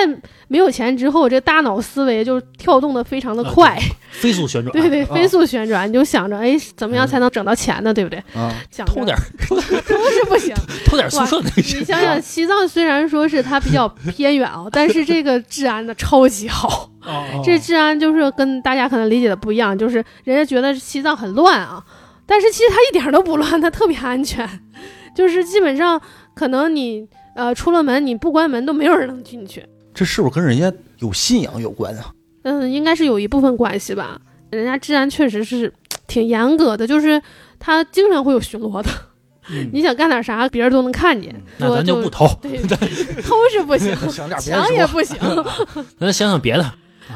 Speaker 3: 没有钱之后，这大脑思维就跳动的非常的快，
Speaker 1: 飞速旋转，
Speaker 3: 啊 对对，
Speaker 2: 啊
Speaker 3: 飞速旋转，你就想着哎，怎么样才能整到钱呢？对不对？
Speaker 2: 啊，
Speaker 3: 想着
Speaker 1: 偷点儿
Speaker 3: 偷是不 行。
Speaker 1: 偷点儿宿舍 那
Speaker 3: 你
Speaker 1: 些。
Speaker 3: 想想，西藏虽然说是它比较偏远啊，但是这个治安的超级好。
Speaker 1: 哦
Speaker 3: 这治安就是跟大家可能理解的不一样，就是人家觉得西藏很乱啊，但是其实它一点儿都不乱，它特别安全，就是基本上可能你呃出了门，你不关门都没有人能进去。
Speaker 2: 这是不是跟人家有信仰有关啊？
Speaker 3: 嗯，应该是有一部分关系吧。人家治安确实是挺严格的，就是他经常会有巡逻的，
Speaker 1: 嗯
Speaker 3: 你想干点啥，别人都能看见。
Speaker 1: 那咱就
Speaker 3: 我
Speaker 1: 不偷，
Speaker 3: 对，偷是不行，
Speaker 2: 嗯 想点别人
Speaker 3: 抢也不行。
Speaker 1: 咱想想别的。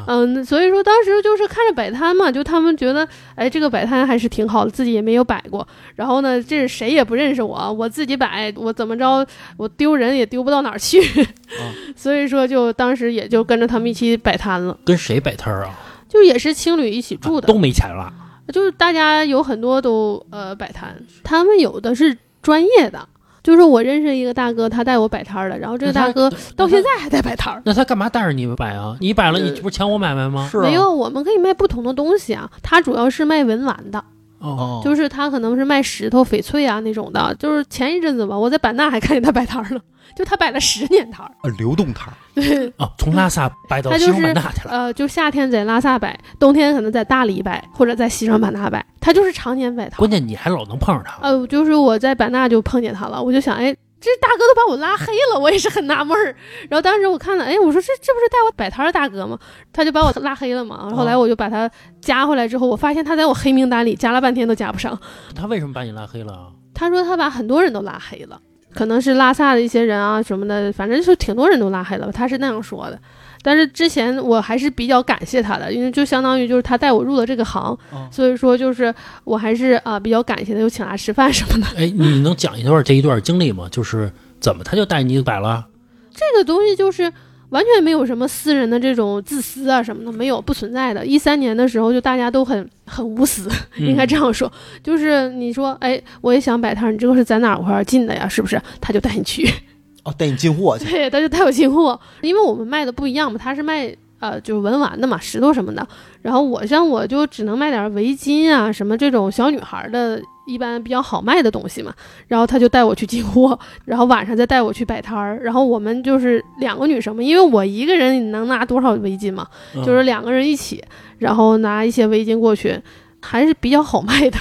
Speaker 3: 嗯，所以说当时就是看着摆摊嘛，就他们觉得，哎，这个摆摊还是挺好的，自己也没有摆过。然后呢，这是谁也不认识我，我自己摆，我怎么着，我丢人也丢不到哪儿去。
Speaker 1: 啊
Speaker 3: 所以说，就当时也就跟着他们一起摆摊了，
Speaker 1: 跟谁摆摊儿啊？
Speaker 3: 就也是情侣一起住的，
Speaker 1: 都没钱了，
Speaker 3: 就是大家有很多都呃摆摊，他们有的是专业的，就是我认识一个大哥，他带我摆摊儿的，然后这个
Speaker 1: 那他
Speaker 3: 大哥到现在还在摆摊儿。
Speaker 1: 那他干嘛带着你们摆啊？你摆了，你这不是抢我买卖吗？
Speaker 2: 是啊
Speaker 3: 没有，我们可以卖不同的东西啊。他主要是卖文玩的，
Speaker 1: 哦，
Speaker 2: 哦，
Speaker 3: 就是他可能是卖石头、翡翠啊那种的。就是前一阵子吧，我在版纳还看见他摆摊儿了，就他摆了十年摊儿。
Speaker 1: 啊
Speaker 2: 呃流动摊儿
Speaker 3: 对，
Speaker 1: 哦，从拉萨摆到
Speaker 3: 他就
Speaker 1: 西
Speaker 3: 是
Speaker 1: 双版纳去了。
Speaker 3: 呃，就夏天在拉萨摆，冬天可能在大理摆，或者在西双版纳摆。他就是常年摆摊儿。
Speaker 1: 关键你还老能碰上他，
Speaker 3: 呃，就是我在版纳就碰见他了，我就想，哎，这大哥都把我拉黑了，我也是很纳闷儿。然后当时我看了，哎，我说这这不是带我摆摊儿的大哥吗？他就把我拉黑了嘛。后来我就把他加回来之后，我发现他在我黑名单里加了半天都加不上。
Speaker 1: 他为什么把你拉黑了？啊
Speaker 3: 他说他把很多人都拉黑了，可能是拉萨的一些人啊什么的，反正就挺多人都拉黑了吧，他是那样说的。但是之前我还是比较感谢他的，因为就相当于就是他带我入了这个行，
Speaker 2: 哦
Speaker 3: 所以说就是我还是啊、比较感谢他，又请他吃饭什么的。
Speaker 1: 哎，你能讲一段这一段经历吗？就是怎么他就带你摆了？
Speaker 3: 这个东西就是完全没有什么私人的这种自私啊什么的，没有不存在的。一三年的时候，就大家都很很无私，
Speaker 1: 嗯
Speaker 3: 应该这样说，就是你说，哎，我也想摆摊儿，你这个是在哪块儿啊进的呀？是不是？他就带你去，
Speaker 2: 哦，带你进货去，
Speaker 3: 对，他就带我进货，因为我们卖的不一样嘛，他是卖。呃，就是文玩的嘛，石头什么的。然后我像我就只能卖点围巾啊，什么这种小女孩的，一般比较好卖的东西嘛。然后他就带我去进货，然后晚上再带我去摆摊儿。然后我们就是两个女生嘛，因为我一个人你能拿多少围巾嘛？
Speaker 1: 嗯
Speaker 3: 就是两个人一起，然后拿一些围巾过去，还是比较好卖的。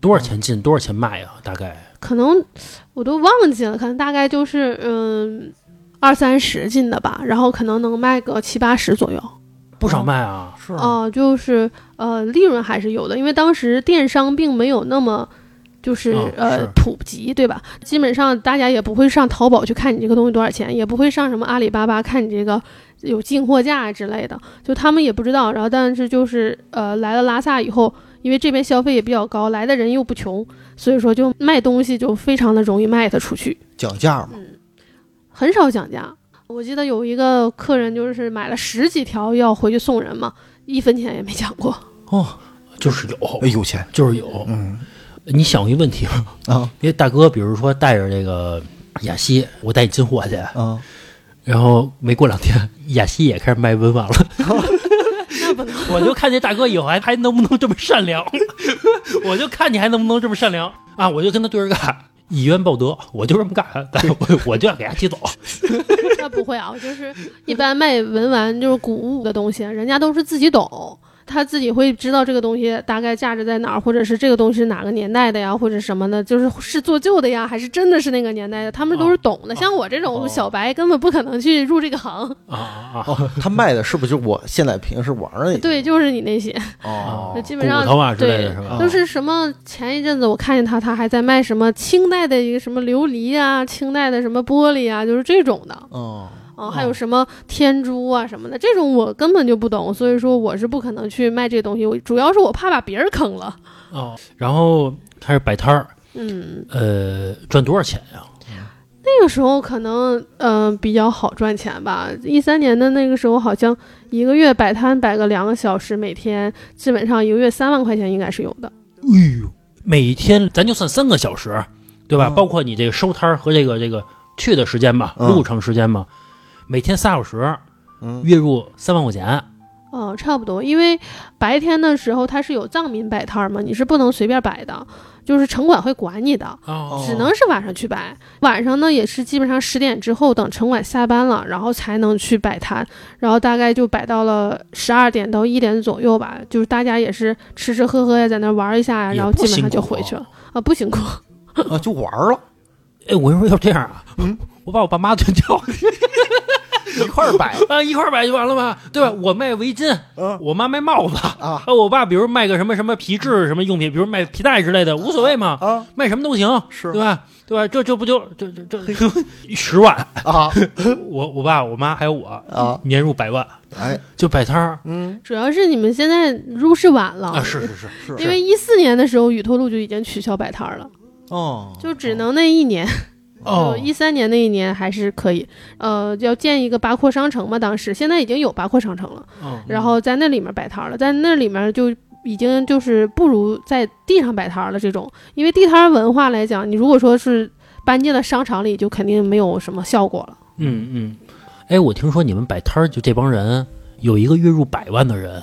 Speaker 1: 多少钱进，多少钱卖啊？大概
Speaker 3: 可能我都忘记了，可能大概就是嗯二三十斤的吧，然后可能能卖个七八十左右。
Speaker 1: 不少卖啊。
Speaker 2: 是啊，
Speaker 3: 哦、就是呃利润还是有的，因为当时电商并没有那么。就是
Speaker 1: 嗯
Speaker 3: 呃
Speaker 1: 是
Speaker 3: 普及对吧？基本上大家也不会上淘宝去看你这个东西多少钱，也不会上什么阿里巴巴看你这个有进货价之类的，就他们也不知道。然后但是就是呃来了拉萨以后，因为这边消费也比较高，来的人又不穷，所以说就卖东西就非常的容易卖得出去。
Speaker 2: 讲价嘛，
Speaker 3: 嗯很少讲价。我记得有一个客人就是买了十几条要回去送人嘛，一分钱也没讲过。
Speaker 2: 哦，
Speaker 1: 就是
Speaker 2: 哎
Speaker 1: 有，
Speaker 2: 有钱，
Speaker 1: 就是有。
Speaker 2: 嗯
Speaker 1: 你想一问题吗，
Speaker 2: 啊
Speaker 1: 因为大哥，比如说带着这个雅西，我带你进货去，
Speaker 2: 啊，
Speaker 1: 然后没过两天，雅西也开始卖文玩了。
Speaker 3: 那不能，
Speaker 1: 我就看这大哥以后还还能不能这么善良，我就看你还能不能这么善良啊！我就跟他对着干，以冤报德，我就这么干，但是我我就要给他踢走。
Speaker 3: 那不会啊，我就是一般卖文玩就是古物的东西，人家都是自己懂。他自己会知道这个东西大概价值在哪儿，或者是这个东西是哪个年代的呀，或者什么的，就是是做旧的呀，还是真的是那个年代的，他们都是懂的。
Speaker 1: 哦
Speaker 3: 像我这种
Speaker 2: 哦
Speaker 3: 小白，根本不可能去入这个行。
Speaker 1: 啊啊啊！
Speaker 2: 哦，他卖的是不是就我现在平时玩儿的？
Speaker 3: 对，就是你那些，
Speaker 2: 哦
Speaker 3: 就，基
Speaker 1: 骨
Speaker 3: 本上
Speaker 1: 头啊之类
Speaker 3: 对
Speaker 1: 的是吧？
Speaker 3: 都是什么？前一阵子我看见他，他还在卖什么清代的一个什么琉璃啊，清代的什么玻璃啊，就是这种的
Speaker 2: 哦，
Speaker 3: 啊，还有什么天珠啊什么的，这种我根本就不懂，所以说我是不可能去卖这东西。我主要是我怕把别人坑了。
Speaker 1: 哦，然后开始摆摊儿，
Speaker 3: 嗯，
Speaker 1: 呃，赚多少钱呀、
Speaker 3: 那个时候可能嗯、呃比较好赚钱吧。一三年的那个时候，好像一个月摆摊摆个两个小时，每天基本上一个月三万块钱应该是有的。
Speaker 1: 哎呦，每天咱就算三个小时，对吧？
Speaker 2: 嗯
Speaker 1: 包括你这个收摊儿和这个这个去的时间吧，
Speaker 2: 嗯
Speaker 1: 路程时间吧，每天仨小时，
Speaker 2: 嗯，
Speaker 1: 月入三万块钱。
Speaker 3: 哦，差不多，因为白天的时候它是有藏民摆摊儿嘛，你是不能随便摆的，就是城管会管你的，
Speaker 1: 哦
Speaker 3: 只能是晚上去摆。晚上呢也是基本上十点之后，等城管下班了，然后才能去摆摊，然后大概就摆到了十二点到一点左右吧，就是大家也是吃吃喝喝呀，在那玩一下呀，
Speaker 1: 也
Speaker 3: 然后
Speaker 1: 不
Speaker 3: 基本
Speaker 1: 辛
Speaker 3: 上就
Speaker 1: 苦
Speaker 3: 回去
Speaker 1: 啊
Speaker 3: 了啊，不辛苦。
Speaker 2: 啊，就玩儿了，
Speaker 1: 哎，我说要这样啊， 我把我爸妈全叫来
Speaker 2: 嗯 一块儿摆
Speaker 1: 啊，一块儿摆就完了吗？对吧？我卖围巾，
Speaker 2: 嗯
Speaker 1: 我妈卖帽子，
Speaker 2: 啊
Speaker 1: 啊，我爸比如卖个什么什么皮质什么用品，比如卖皮带之类的，无所谓嘛，
Speaker 2: 啊
Speaker 1: 卖什么都行，
Speaker 2: 是
Speaker 1: 对吧？对吧？这这不就这这这 十万？
Speaker 2: 啊
Speaker 1: 我我爸我妈还有我
Speaker 2: 啊，
Speaker 1: 年入百万，
Speaker 2: 哎，
Speaker 1: 就摆摊儿
Speaker 2: 嗯，
Speaker 3: 主要是你们现在入市晚了，
Speaker 1: 啊，是是是，
Speaker 2: 是
Speaker 3: 因为一四年的时候雨托路就已经取消摆摊儿了，
Speaker 2: 哦，
Speaker 3: 就只能那一年。
Speaker 1: 哦
Speaker 3: 呃一三年那一年还是可以，呃，要建一个八廓商城嘛，当时现在已经有八廓商城了，
Speaker 1: 嗯
Speaker 3: 然后在那里面摆摊儿了，在那里面就已经就是不如在地上摆摊儿了这种，因为地摊儿文化来讲，你如果说是搬进了商场里，就肯定没有什么效果了。
Speaker 1: 嗯嗯，哎，我听说你们摆摊儿就这帮人有一个月入百万的人，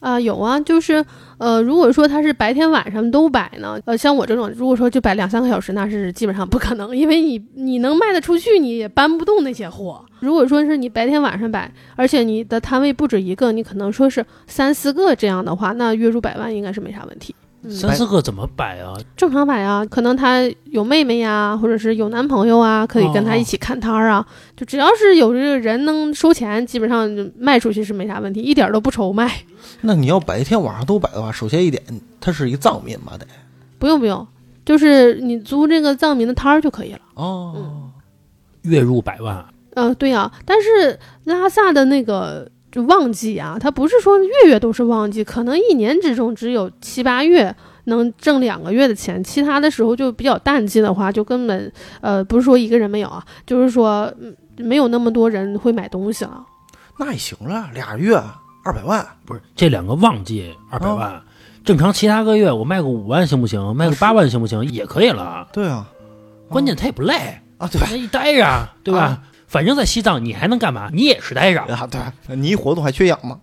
Speaker 3: 啊、有啊，就是呃，如果说他是白天晚上都摆呢，呃，像我这种，如果说就摆两三个小时，那是基本上不可能，因为你你能卖得出去，你也搬不动那些货。如果说是你白天晚上摆，而且你的摊位不止一个，你可能说是三四个这样的话，那月入百万应该是没啥问题。嗯，
Speaker 1: 三四个怎么摆啊？
Speaker 3: 正常摆啊，可能他有妹妹呀、或者是有男朋友啊，可以跟他一起看摊儿啊。就只要是有这个人能收钱，基本上就卖出去是没啥问题，一点儿都不愁卖。
Speaker 2: 那你要白天晚上都摆的话，首先一点，他是一藏民嘛，得
Speaker 3: 不用不用，就是你租这个藏民的摊儿就可以了。
Speaker 2: 哦，
Speaker 1: 嗯月入百万，
Speaker 3: 嗯、对呀、但是拉萨的那个就旺季啊，它不是说月月都是旺季，可能一年之中只有七八月能挣两个月的钱，其他的时候就比较淡季的话，就根本呃不是说一个人没有啊，就是说嗯没有那么多人会买东西了。
Speaker 2: 那也行了，俩月二百万，
Speaker 1: 不是这两个旺季二百
Speaker 2: 哦
Speaker 1: 万。正常其他个月我卖个五万行不行？卖个八万行不行？也可以了。
Speaker 2: 对啊，
Speaker 1: 关键他也不累，
Speaker 2: 啊对
Speaker 1: 那一待着，对吧？
Speaker 2: 啊
Speaker 1: 反正在西藏你还能干嘛？你也是待 着，
Speaker 2: 啊对，你一活动还缺氧吗？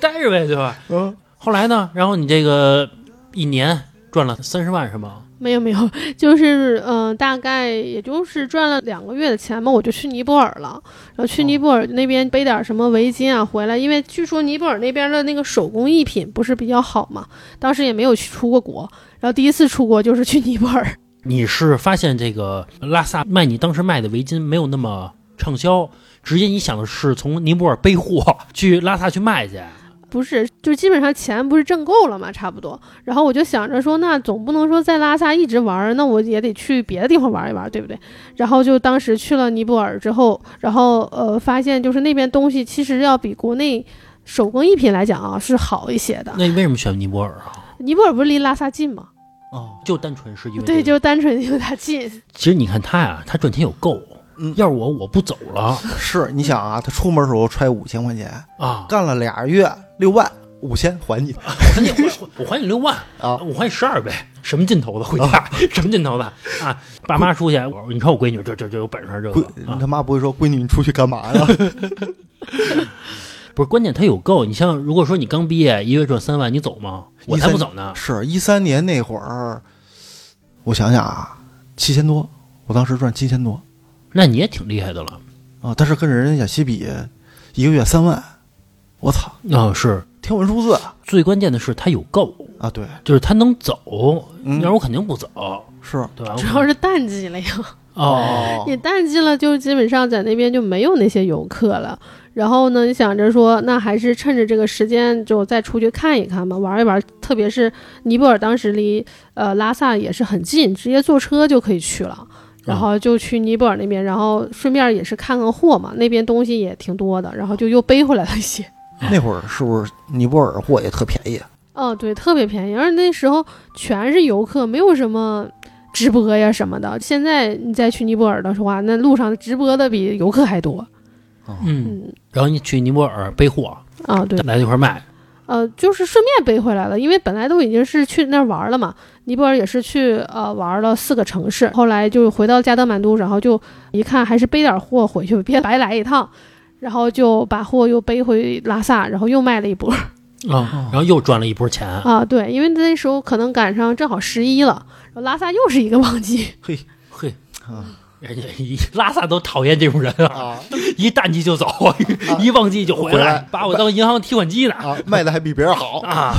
Speaker 1: 待着呗，对吧？
Speaker 2: 嗯，
Speaker 1: 后来呢？然后你这个一年赚了三十万是吗？
Speaker 3: 没有没有，就是嗯、呃大概也就是赚了两个月的钱吧，我就去尼泊尔了。然后去尼泊尔那边背点什么围巾啊回来，因为据说尼泊尔那边的那个手工艺品不是比较好嘛，当时也没有去出过国，然后第一次出国就是去尼泊尔。
Speaker 1: 你是发现这个拉萨卖你当时卖的围巾没有那么畅销，直接你想的是从尼泊尔背货 去拉萨去卖去，
Speaker 3: 不是，就基本上钱不是挣够了嘛，差不多。然后我就想着说，那总不能说在拉萨一直玩儿，那我也得去别的地方玩一玩，对不对？然后就当时去了尼泊尔之后，然后呃，发现就是那边东西其实要比国内手工艺品来讲啊是好一些的。
Speaker 1: 那你为什么选尼泊尔啊？
Speaker 3: 尼泊尔不是离拉萨近吗？
Speaker 2: 哦，
Speaker 1: 就单纯是因为这
Speaker 3: 对，
Speaker 1: 个
Speaker 3: 就单纯因为它近。
Speaker 1: 其实你看他呀，他赚钱有够，
Speaker 2: 嗯
Speaker 1: 要是我我不走 了
Speaker 2: 是你想啊，他出门时候揣五千块钱，
Speaker 1: 啊，
Speaker 2: 干了俩月六万，五千还你
Speaker 1: 我还你我我还你六万
Speaker 2: 啊
Speaker 1: 我还你十二呗，什么劲头子回家， 什么劲头子啊？爸妈出去，我你看我闺女这这这有本事这
Speaker 2: 闺，
Speaker 1: 个
Speaker 2: 你
Speaker 1: 啊，
Speaker 2: 他妈不会说闺女你出去干嘛 呀？
Speaker 1: 不是关键他有够，你像如果说你刚毕业一月赚三万，你走吗？我才不走呢，
Speaker 2: 是一三年那会儿，我想想啊，七千多，我当时赚七千多
Speaker 1: 那你也挺厉害的了。
Speaker 2: 啊，但是跟人家雅西比，一个月三万，我操！
Speaker 1: 啊、是
Speaker 2: 天文数字
Speaker 1: 最关键的是它有够，
Speaker 2: 啊，对，
Speaker 1: 就是它能走，要
Speaker 2: 嗯
Speaker 1: 不然我肯定不走，
Speaker 2: 是
Speaker 1: 对吧？
Speaker 3: 主要是淡季了呀，
Speaker 1: 哦，
Speaker 3: 你淡季了，就基本上在那边就没有那些游客了。然后呢，你想着说，那还是趁着这个时间就再出去看一看吧，玩一玩。特别是尼泊尔当时离呃拉萨也是很近，直接坐车就可以去了。然后就去尼泊尔那边，然后顺便也是看看货嘛，那边东西也挺多的，然后就又背回来了一些。
Speaker 2: 那会儿是不是尼泊尔货也特便宜？啊
Speaker 3: 哦，对，特别便宜，而且那时候全是游客，没有什么直播呀什么的。现在你再去尼泊尔的话，那路上直播的比游客还多。
Speaker 1: 嗯，
Speaker 3: 嗯，
Speaker 1: 然后你去尼泊尔背货，
Speaker 3: 啊，对，
Speaker 1: 来这块卖，
Speaker 3: 呃，就是顺便背回来了，因为本来都已经是去那儿玩了嘛。尼泊尔也是去呃玩了四个城市，后来就回到加德满都，然后就一看还是背点货回去，别白来一趟，然后就把货又背回拉萨，然后又卖了一波。哦
Speaker 1: 啊，然后又赚了一波钱，
Speaker 3: 啊，对，因为那时候可能赶上正好十一了，然后拉萨又是一个旺季。
Speaker 2: 嘿，
Speaker 1: 嘿，
Speaker 2: 啊
Speaker 1: 人家一拉萨都讨厌这种人啊，
Speaker 2: 啊
Speaker 1: 一淡季就走，一旺季就回
Speaker 2: 回
Speaker 1: 来
Speaker 2: 来，
Speaker 1: 把我当银行提款机呢
Speaker 2: 啊，卖的还比别人好
Speaker 1: 啊，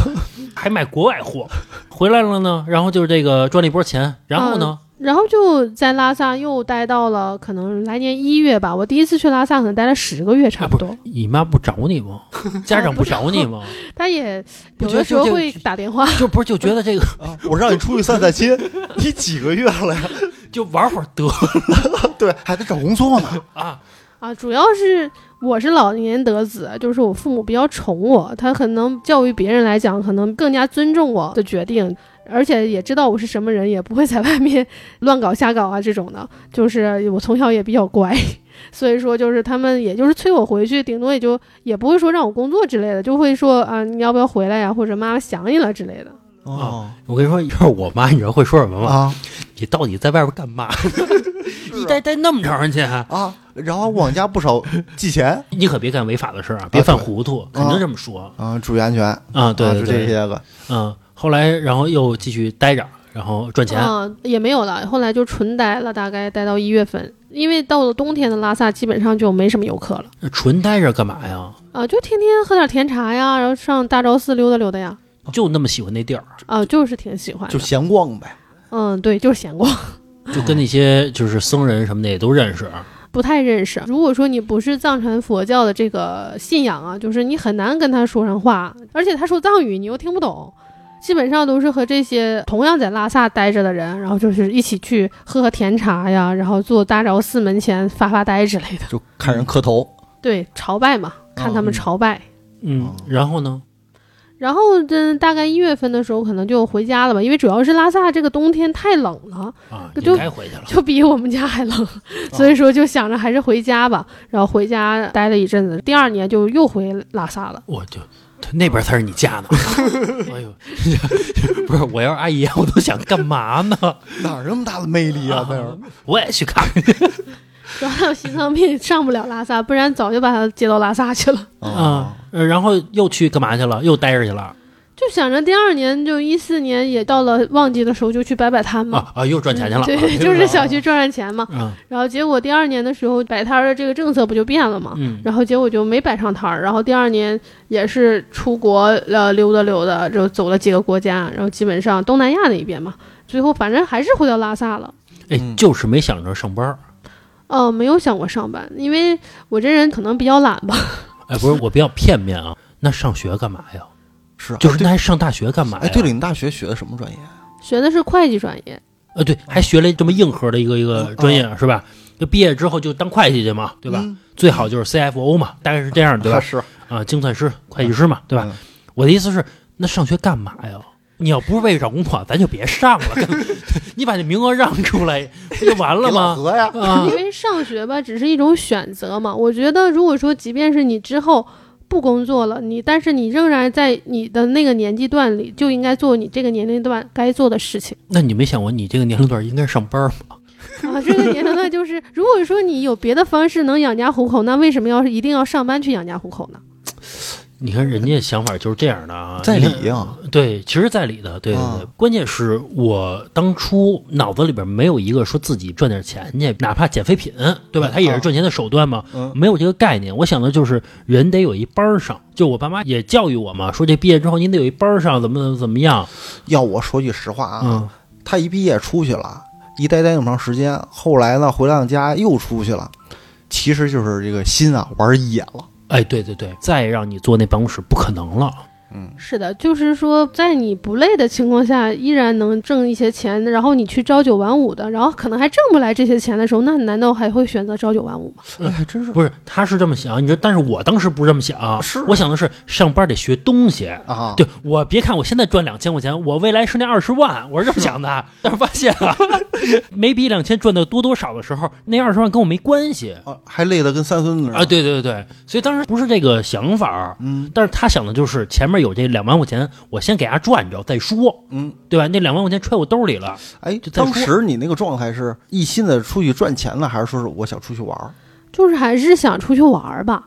Speaker 1: 还买国外货，回来了呢，然后就是这个赚了一波钱，然后呢，
Speaker 3: 然后就在拉萨又待到了可能来年一月吧，我第一次去拉萨可能待了十个月差不多。
Speaker 1: 你妈啊不找你吗？家哎长不找你 吗？
Speaker 3: 他也
Speaker 1: 不
Speaker 3: 有
Speaker 1: 觉得
Speaker 3: 的时候
Speaker 1: 这个
Speaker 3: 会打电话，
Speaker 1: 就不是就觉得这个
Speaker 2: 啊！我让你出去散散心，你几个月了呀？
Speaker 1: 就玩会儿得
Speaker 2: 对，还得找工作呢。
Speaker 1: 啊，
Speaker 3: 啊，主要是我是老年得子，就是我父母比较宠我，他可能教育别人来讲，可能更加尊重我的决定，而且也知道我是什么人，也不会在外面 乱搞瞎搞啊这种的。就是我从小也比较乖，所以说就是他们也就是催我回去，顶多也就也不会说让我工作之类的，就会说啊你要不要回来呀、或者妈妈想你了之类的。
Speaker 1: 哦我跟你说，就是我妈，你知道会说什么吗？
Speaker 2: 啊
Speaker 1: 你到底在外边干 嘛？一待待那么长时间，
Speaker 2: 啊！然后往家不少寄钱
Speaker 1: 你可别干违法的事儿啊，别犯糊涂，肯定这么说
Speaker 2: 啊，注意安全啊，
Speaker 1: 啊。对对
Speaker 2: 就这
Speaker 1: 对，
Speaker 2: 些个
Speaker 1: 嗯，后来然后又继续待着，然后赚钱，
Speaker 3: 嗯，也没有了，后来就纯待了，大概待到一月份，因为到了冬天的拉萨基本上就没什么游客了。
Speaker 1: 纯待着干嘛呀？
Speaker 3: 啊，就天天喝点甜茶呀，然后上大昭寺溜达溜达呀，
Speaker 1: 就那么喜欢那地儿，
Speaker 3: 啊，就是挺喜欢的。
Speaker 2: 就闲 逛呗。
Speaker 3: 嗯，对，就是闲逛，
Speaker 1: 就跟那些就是僧人什么的也都认识。
Speaker 3: 不太认识。如果说你不是藏传佛教的这个信仰啊，就是你很难跟他说上话，而且他说藏语你又听不懂。基本上都是和这些同样在拉萨待着的人，然后就是一起去喝喝甜茶呀，然后坐大昭寺门前发发呆之类的。
Speaker 2: 就看人磕头，
Speaker 3: 对，朝拜嘛，看他
Speaker 1: 嗯
Speaker 3: 们朝拜。
Speaker 1: 嗯，然后呢？
Speaker 3: 然后这大概一月份的时候，可能就回家了吧，因为主要是拉萨这个冬天太冷了，
Speaker 1: 啊，
Speaker 3: 就
Speaker 1: 你该回去 了。
Speaker 3: 就比我们家还冷，所以说就想着还是回家吧。然后回家待了一阵子，第二年就又回拉萨了。
Speaker 1: 我就他那边才是你家呢。 哎呦， 不是，我要是阿姨，我都想干嘛呢？
Speaker 2: 哪儿那么大的魅 力啊？那儿
Speaker 1: 我也去看
Speaker 3: 主要还有心脏病上不了拉萨，不然早就把他接到拉萨去了。
Speaker 1: 看啊，呃然后又去干嘛去了？又待着去了
Speaker 3: 就想着第二年就一四年也到了旺季的时候就去摆摆摊嘛，
Speaker 1: 啊啊，又赚钱去了。
Speaker 3: 嗯 对，就是想去赚赚钱嘛。
Speaker 1: 啊，
Speaker 3: 然后结果第二年的时候摆摊儿的这个政策不就变了嘛，
Speaker 1: 嗯
Speaker 3: 然后结果就没摆上摊儿。然后第二年也是出国呃溜达溜达，就走了几个国家，然后基本上东南亚那一边嘛。最后反正还是回到拉萨了。
Speaker 2: 嗯
Speaker 1: 哎，就是没想着上班儿。
Speaker 3: 呃，没有想过上班，因为我这人可能比较懒吧。
Speaker 1: 哎，不是，我比较片面啊。那上学干嘛呀？
Speaker 2: 是啊
Speaker 1: 就是
Speaker 2: 对
Speaker 1: 那还上大学干嘛呀？
Speaker 2: 哎，对了，你大学学的什么专业？
Speaker 3: 学的是会计专业，
Speaker 1: 呃，对，还学了这么硬核的一个一个
Speaker 2: 嗯
Speaker 1: 专业是吧？就毕业之后就当会计去嘛，对吧？
Speaker 2: 嗯
Speaker 1: 最好就是 CFO 嘛，大概是这样，对吧？
Speaker 2: 是
Speaker 1: 啊，精算师、会计师嘛，对吧？
Speaker 2: 嗯
Speaker 1: 我的意思是，那上学干嘛呀？你要不是为了找工作，咱就别上了。 干你把这名额让出来，不就完了
Speaker 2: 给老
Speaker 1: 吗？
Speaker 2: 何呀，
Speaker 1: 啊
Speaker 3: 因，为上学吧只是一种选择嘛。我觉得如果说即便是你之后不工作了，你但是你仍然在你的那个年纪段里就应该做你这个年龄段该做的事情
Speaker 1: 那你没想过你这个年龄段应该上班吗？
Speaker 3: 啊。这个年龄段就是，如果说你有别的方式能养家糊口，那为什么要是一定要上班去养家糊口呢？
Speaker 1: 你看人家想法就是这样的啊，
Speaker 2: 嗯在
Speaker 1: 你看
Speaker 2: 理呀，
Speaker 1: 对，其实在理的，对对对。
Speaker 2: 啊
Speaker 1: 关键是我当初脑子里边没有一个说自己赚点钱去，哪怕捡废品，对吧？
Speaker 2: 嗯
Speaker 1: 它也是赚钱的手段嘛，
Speaker 2: 嗯
Speaker 1: 没有这个概念。我想的就是人得有一班儿上，就我爸妈也教育我嘛，说这毕业之后您得有一班儿上，怎么怎么怎么样。
Speaker 2: 要我说句实话啊，
Speaker 1: 嗯，
Speaker 2: 他一毕业出去了，一待待那么长时间，后来呢回趟家又出去了，其实就是这个心啊玩野了。
Speaker 1: 哎，对对对，再让你坐那办公室不可能了。
Speaker 3: 是的，就是说，在你不累的情况下，依然能挣一些钱，然后你去朝九晚五的，然后可能还挣不来这些钱的时候，那你难道还会选择朝九晚五吗？
Speaker 1: 嗯
Speaker 2: 哎，还真是
Speaker 1: 不是，他是这么想，你说，但是我当时不是这么想，
Speaker 2: 是
Speaker 1: 我想的是上班得学东西。
Speaker 2: 啊，
Speaker 1: 对我别看我现在赚两千块钱，我未来是那二十万，我是这么想的。 但是发现啊，没比两千赚的多多少的时候，那二十万跟我没关系
Speaker 2: 啊，还累得跟三孙子似的
Speaker 1: 啊。，对对对，所以当时不是这个想法儿，
Speaker 2: 嗯
Speaker 1: 但是他想的就是前面有这两万块钱，我先给他赚着再说，
Speaker 2: 嗯，
Speaker 1: 对吧？那两万块钱揣我兜里了，
Speaker 2: 哎，
Speaker 1: 就再说
Speaker 2: 当时你那个状态是一心的出去赚钱了，还是说是我想出去玩儿？
Speaker 3: 就是还是想出去玩儿吧。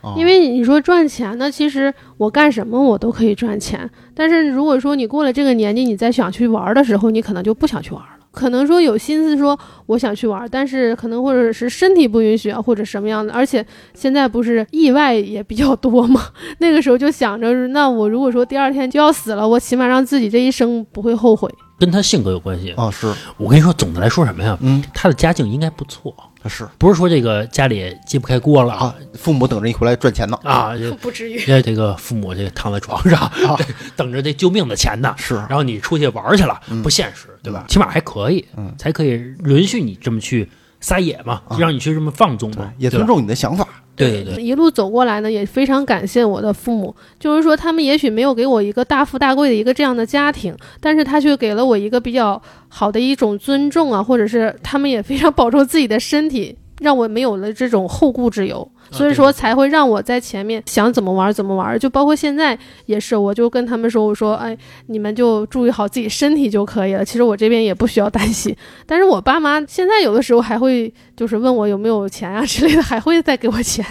Speaker 2: 啊、
Speaker 3: 因为你说赚钱呢，其实我干什么我都可以赚钱，但是如果说你过了这个年纪，你再想去玩儿的时候，你可能就不想去玩儿了。可能说有心思说我想去玩儿，但是可能或者是身体不允许啊，或者什么样的。而且现在不是意外也比较多嘛， 那个时候就想着，那我如果说第二天就要死了，我起码让自己这一生不会后悔。
Speaker 1: 跟他性格有关系。
Speaker 2: 啊是，
Speaker 1: 我跟你说，总的来说什么呀？
Speaker 2: 嗯
Speaker 1: 他的家境应该不错，
Speaker 2: 是
Speaker 1: 不是说这个家里揭不开锅了
Speaker 2: 啊，父母等着你回来赚钱呢，
Speaker 1: 啊，这
Speaker 3: 不至于。
Speaker 1: 这这个父母这躺在床上、 等着这救命的钱呢。
Speaker 2: 是
Speaker 3: 啊
Speaker 1: 然后你出去玩儿去了，
Speaker 2: 嗯
Speaker 1: 不现实，对吧？起码还可以，
Speaker 2: 嗯
Speaker 1: 才可以允许你这么去撒野嘛，让你去这么放纵嘛，
Speaker 2: 也
Speaker 1: 对吧
Speaker 2: 尊重你的想法，
Speaker 1: 对对对，
Speaker 3: 一路走过来呢，也非常感谢我的父母。就是说，他们也许没有给我一个大富大贵的一个这样的家庭，但是他却给了我一个比较好的一种尊重啊，或者是他们也非常保重自己的身体，让我没有了这种后顾之忧。
Speaker 1: 啊
Speaker 3: 所以
Speaker 1: 对
Speaker 3: 说才会让我在前面想怎么玩儿怎么玩儿，就包括现在也是，我就跟他们说，我说，哎，你们就注意好自己身体就可以了。其实我这边也不需要担心，但是我爸妈现在有的时候还会就是问我有没有钱啊之类的，还会再给我钱。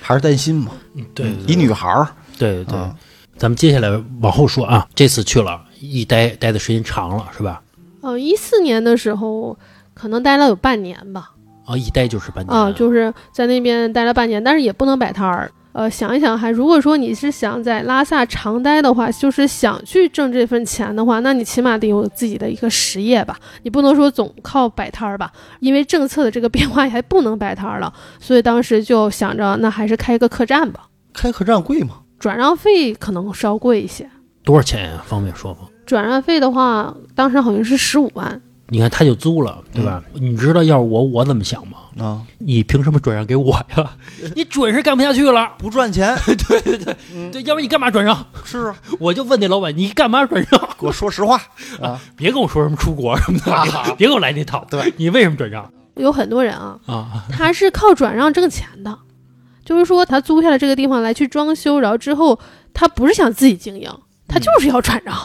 Speaker 2: 还是担心嘛。
Speaker 1: 嗯对
Speaker 2: 一女孩儿，
Speaker 1: 对对对
Speaker 2: 啊。
Speaker 1: 咱们接下来往后说啊，这次去了一待待的时间长了是吧？
Speaker 3: 呃，一四年的时候，可能待了有半年吧，
Speaker 1: 啊，一待就是半年
Speaker 3: 啊，就是在那边待了半年，但是也不能摆摊儿。呃，想一想还，如果说你是想在拉萨长待的话，就是想去挣这份钱的话，那你起码得有自己的一个实业吧，你不能说总靠摆摊儿吧，因为政策的这个变化还不能摆摊儿了，所以当时就想着，那还是开个客栈吧，
Speaker 2: 开客栈贵吗？
Speaker 3: 转让费可能稍贵一些，
Speaker 1: 多少钱呀、方便说吗？
Speaker 3: 转让费的话，当时好像是十五万，
Speaker 1: 你看他就租了，对吧？
Speaker 2: 嗯
Speaker 1: 你知道要是我我怎么想吗？
Speaker 2: 啊，
Speaker 1: 你凭什么转让给我呀？ 你准是干不下去了，
Speaker 2: 不赚钱 嗯
Speaker 1: 对，要不然你干嘛转让？
Speaker 2: 是 啊，
Speaker 1: 我就问那老板，你干嘛转让？
Speaker 2: 我说实话啊，
Speaker 1: 别跟我说什么出国什么的，别跟我来那套。
Speaker 2: 对，
Speaker 1: 你为什么转让
Speaker 3: 有很多人啊，
Speaker 1: 啊？
Speaker 3: 他是靠转让挣钱的，就是说他租下了这个地方来去装修，然后之后他不是想自己经营，
Speaker 1: 嗯
Speaker 3: 他就是要转让。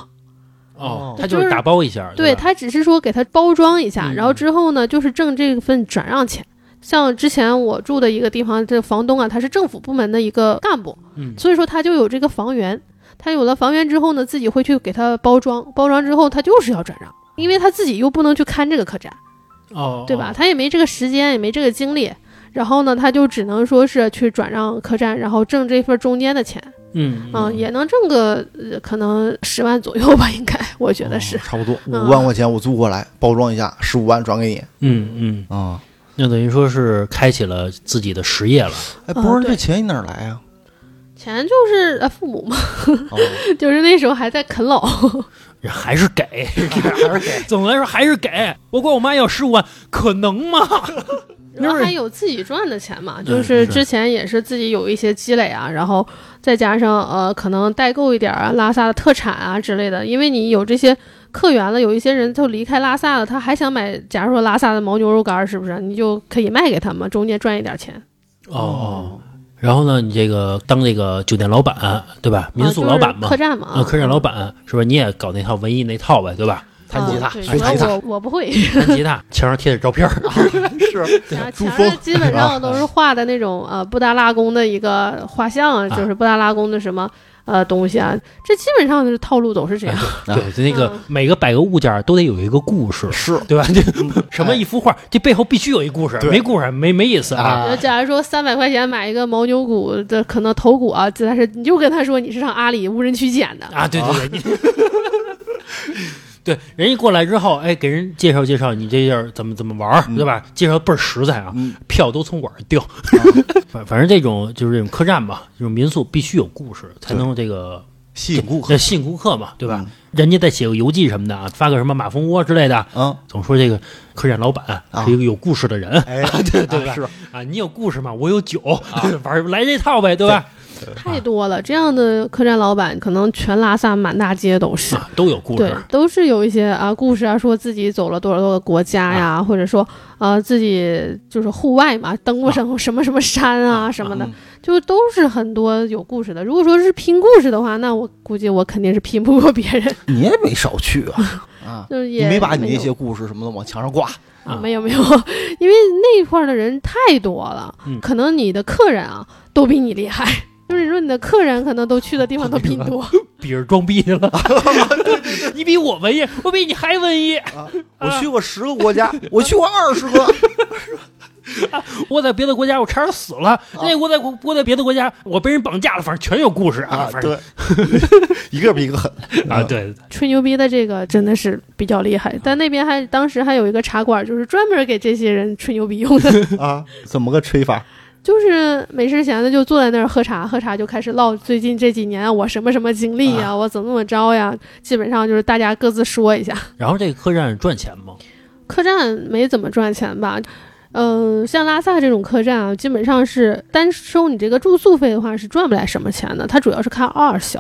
Speaker 1: 哦
Speaker 2: 哦，
Speaker 1: 他就是打包一下，
Speaker 3: 对
Speaker 1: 吧
Speaker 3: 他只是说给他包装一下，
Speaker 1: 嗯
Speaker 3: 然后之后呢，就是挣这份转让钱。像之前我住的一个地方，这房东啊，他是政府部门的一个干部，
Speaker 1: 嗯
Speaker 3: 所以说他就有这个房源。他有了房源之后呢，自己会去给他包装，包装之后他就是要转让，因为他自己又不能去看这个客栈。
Speaker 1: 哦，
Speaker 3: 对吧？
Speaker 1: 哦？
Speaker 3: 他也没这个时间，也没这个精力，然后呢，他就只能说是去转让客栈，然后挣这份中间的钱，
Speaker 1: 嗯
Speaker 3: 啊，也能挣个、呃可能十万左右吧，应该我觉得是。
Speaker 2: 哦差不多五
Speaker 3: 嗯
Speaker 2: 万块钱我租过来包装一下，十五万转给你
Speaker 1: 嗯嗯，
Speaker 2: 啊。
Speaker 1: 那等于说是开启了自己的实业了。
Speaker 2: 哎，
Speaker 3: 啊
Speaker 2: 不是
Speaker 3: 对
Speaker 2: 这钱你哪儿来啊？
Speaker 3: 钱就是呃父母嘛，
Speaker 2: 哦
Speaker 3: 就是那时候还在啃老，
Speaker 1: 人还是给，
Speaker 2: 还是给
Speaker 1: 总的来说还是给。我管我妈要十五万，可能吗？
Speaker 3: 然
Speaker 1: 那
Speaker 3: 后
Speaker 1: 是
Speaker 3: 还有自己赚的钱嘛，
Speaker 1: 嗯
Speaker 3: 就是
Speaker 1: 是
Speaker 3: 之前也是自己有一些积累啊，然后再加上呃可能代购一点啊拉萨的特产啊之类的，因为你有这些客源了，有一些人就离开拉萨了，他还想买，假如说拉萨的牦牛肉干儿，是不是？你就可以卖给他们，中间赚一点钱。
Speaker 1: 哦。然后呢，你这个当这个酒店老板，对吧？民宿老板
Speaker 3: 啊就是
Speaker 1: 嘛
Speaker 3: 客，栈嘛，
Speaker 1: 啊，客栈老板是吧？你也搞那套文艺那套呗，对吧？弹吉他，
Speaker 3: 啊对
Speaker 2: 学
Speaker 3: 主
Speaker 1: 学
Speaker 3: 要
Speaker 2: 吉
Speaker 1: 吉
Speaker 2: 他
Speaker 1: 他，
Speaker 3: 我我不会，
Speaker 1: 弹吉他，墙上贴着照片儿，
Speaker 2: 是
Speaker 3: 然后
Speaker 2: 珠
Speaker 3: 墙
Speaker 2: 峰
Speaker 3: 上基本上都是画的那种呃布达拉宫的一个画像啊，就是布达拉宫的什么呃东西啊，这基本上就是套路都是这样。
Speaker 2: 啊
Speaker 1: 对，就那个
Speaker 3: 嗯
Speaker 1: 每个摆个物件儿都得有一个故事，
Speaker 2: 是 嗯哎
Speaker 1: 对吧？这什么一幅画，这背后必须有一故事，
Speaker 2: 对
Speaker 1: 没故事没没意思啊。
Speaker 2: 啊
Speaker 3: 呃，假如说三百块钱买一个牦牛骨的可能头骨啊，但是你就跟他说你是上阿里无人区捡的，
Speaker 1: 啊，对对对，你 对，人一过来之后，哎，给人介绍介绍你这地儿怎么怎么玩儿，对吧？介绍倍儿实在啊，
Speaker 2: 嗯啊
Speaker 1: 票都从我这儿掉。反反正这种就是这种客栈吧，这种民宿必须有故事，才能这个
Speaker 2: 吸引顾客，
Speaker 1: 呃吸引顾客嘛，对吧
Speaker 2: 嗯？
Speaker 1: 人家再写个游记什么的啊，发个什么马蜂窝之类的，
Speaker 2: 嗯，
Speaker 1: 总说这个客栈老板
Speaker 2: 啊
Speaker 1: 是一个有故事的人
Speaker 2: 哎，
Speaker 1: 对对吧
Speaker 2: 啊是
Speaker 1: 啊。你有故事吗？我有酒， 玩儿来这套呗，对吧？
Speaker 3: 太多了。这样的客栈老板可能全拉萨满大街都是。
Speaker 1: 啊，都有故
Speaker 3: 对
Speaker 1: 事，，
Speaker 3: 都是有一些啊故事啊，说自己走了多少多个国家呀，
Speaker 2: 啊
Speaker 3: 或者说呃自己就是户外嘛，登过什么什么什么山啊什么的，
Speaker 2: 啊嗯
Speaker 3: 就都是很多有故事的。如果说是拼故事的话，那我估计我肯定是拼不过别人，
Speaker 2: 你也没少去 啊，啊，
Speaker 3: 就是
Speaker 2: 你
Speaker 3: 也
Speaker 2: 没把你那
Speaker 3: 有
Speaker 2: 些故事什么的往墙上挂，
Speaker 1: 啊
Speaker 3: 没有没有， 因为那一块儿的人太多了，
Speaker 1: 嗯
Speaker 3: 可能你的客人啊都比你厉害， 就是你说你的客人可能都去的地方都比你 多，
Speaker 1: 比着装逼 去了。你比我文艺，我比你还文艺。
Speaker 2: 我去过十个国家， 我去过二十个，
Speaker 1: 我在别的国家我差点死了，那我在我在别的国家我被人绑架了，反正全有故事
Speaker 2: 啊，
Speaker 1: 反正
Speaker 2: 对，一个比一个狠
Speaker 1: 啊，，对，
Speaker 3: 吹牛逼的这个真的是比较厉
Speaker 1: 啊
Speaker 3: 害。但那边还当时还有一个茶馆，就是专门给这些人吹牛逼用 的，
Speaker 2: 啊，怎么个吹法？
Speaker 3: 就是没事闲的就坐在那儿喝茶，喝茶就开始唠最近这几年啊我什么什么经历
Speaker 1: 啊
Speaker 3: 呀、我怎么怎么着呀，基本上就是大家各自说一下。
Speaker 1: 然后这个客栈赚钱吗？
Speaker 3: 客栈没怎么赚钱吧？嗯、像拉萨这种客栈啊，基本上是单收你这个住宿费的话是赚不来什么钱的，它主要是看二销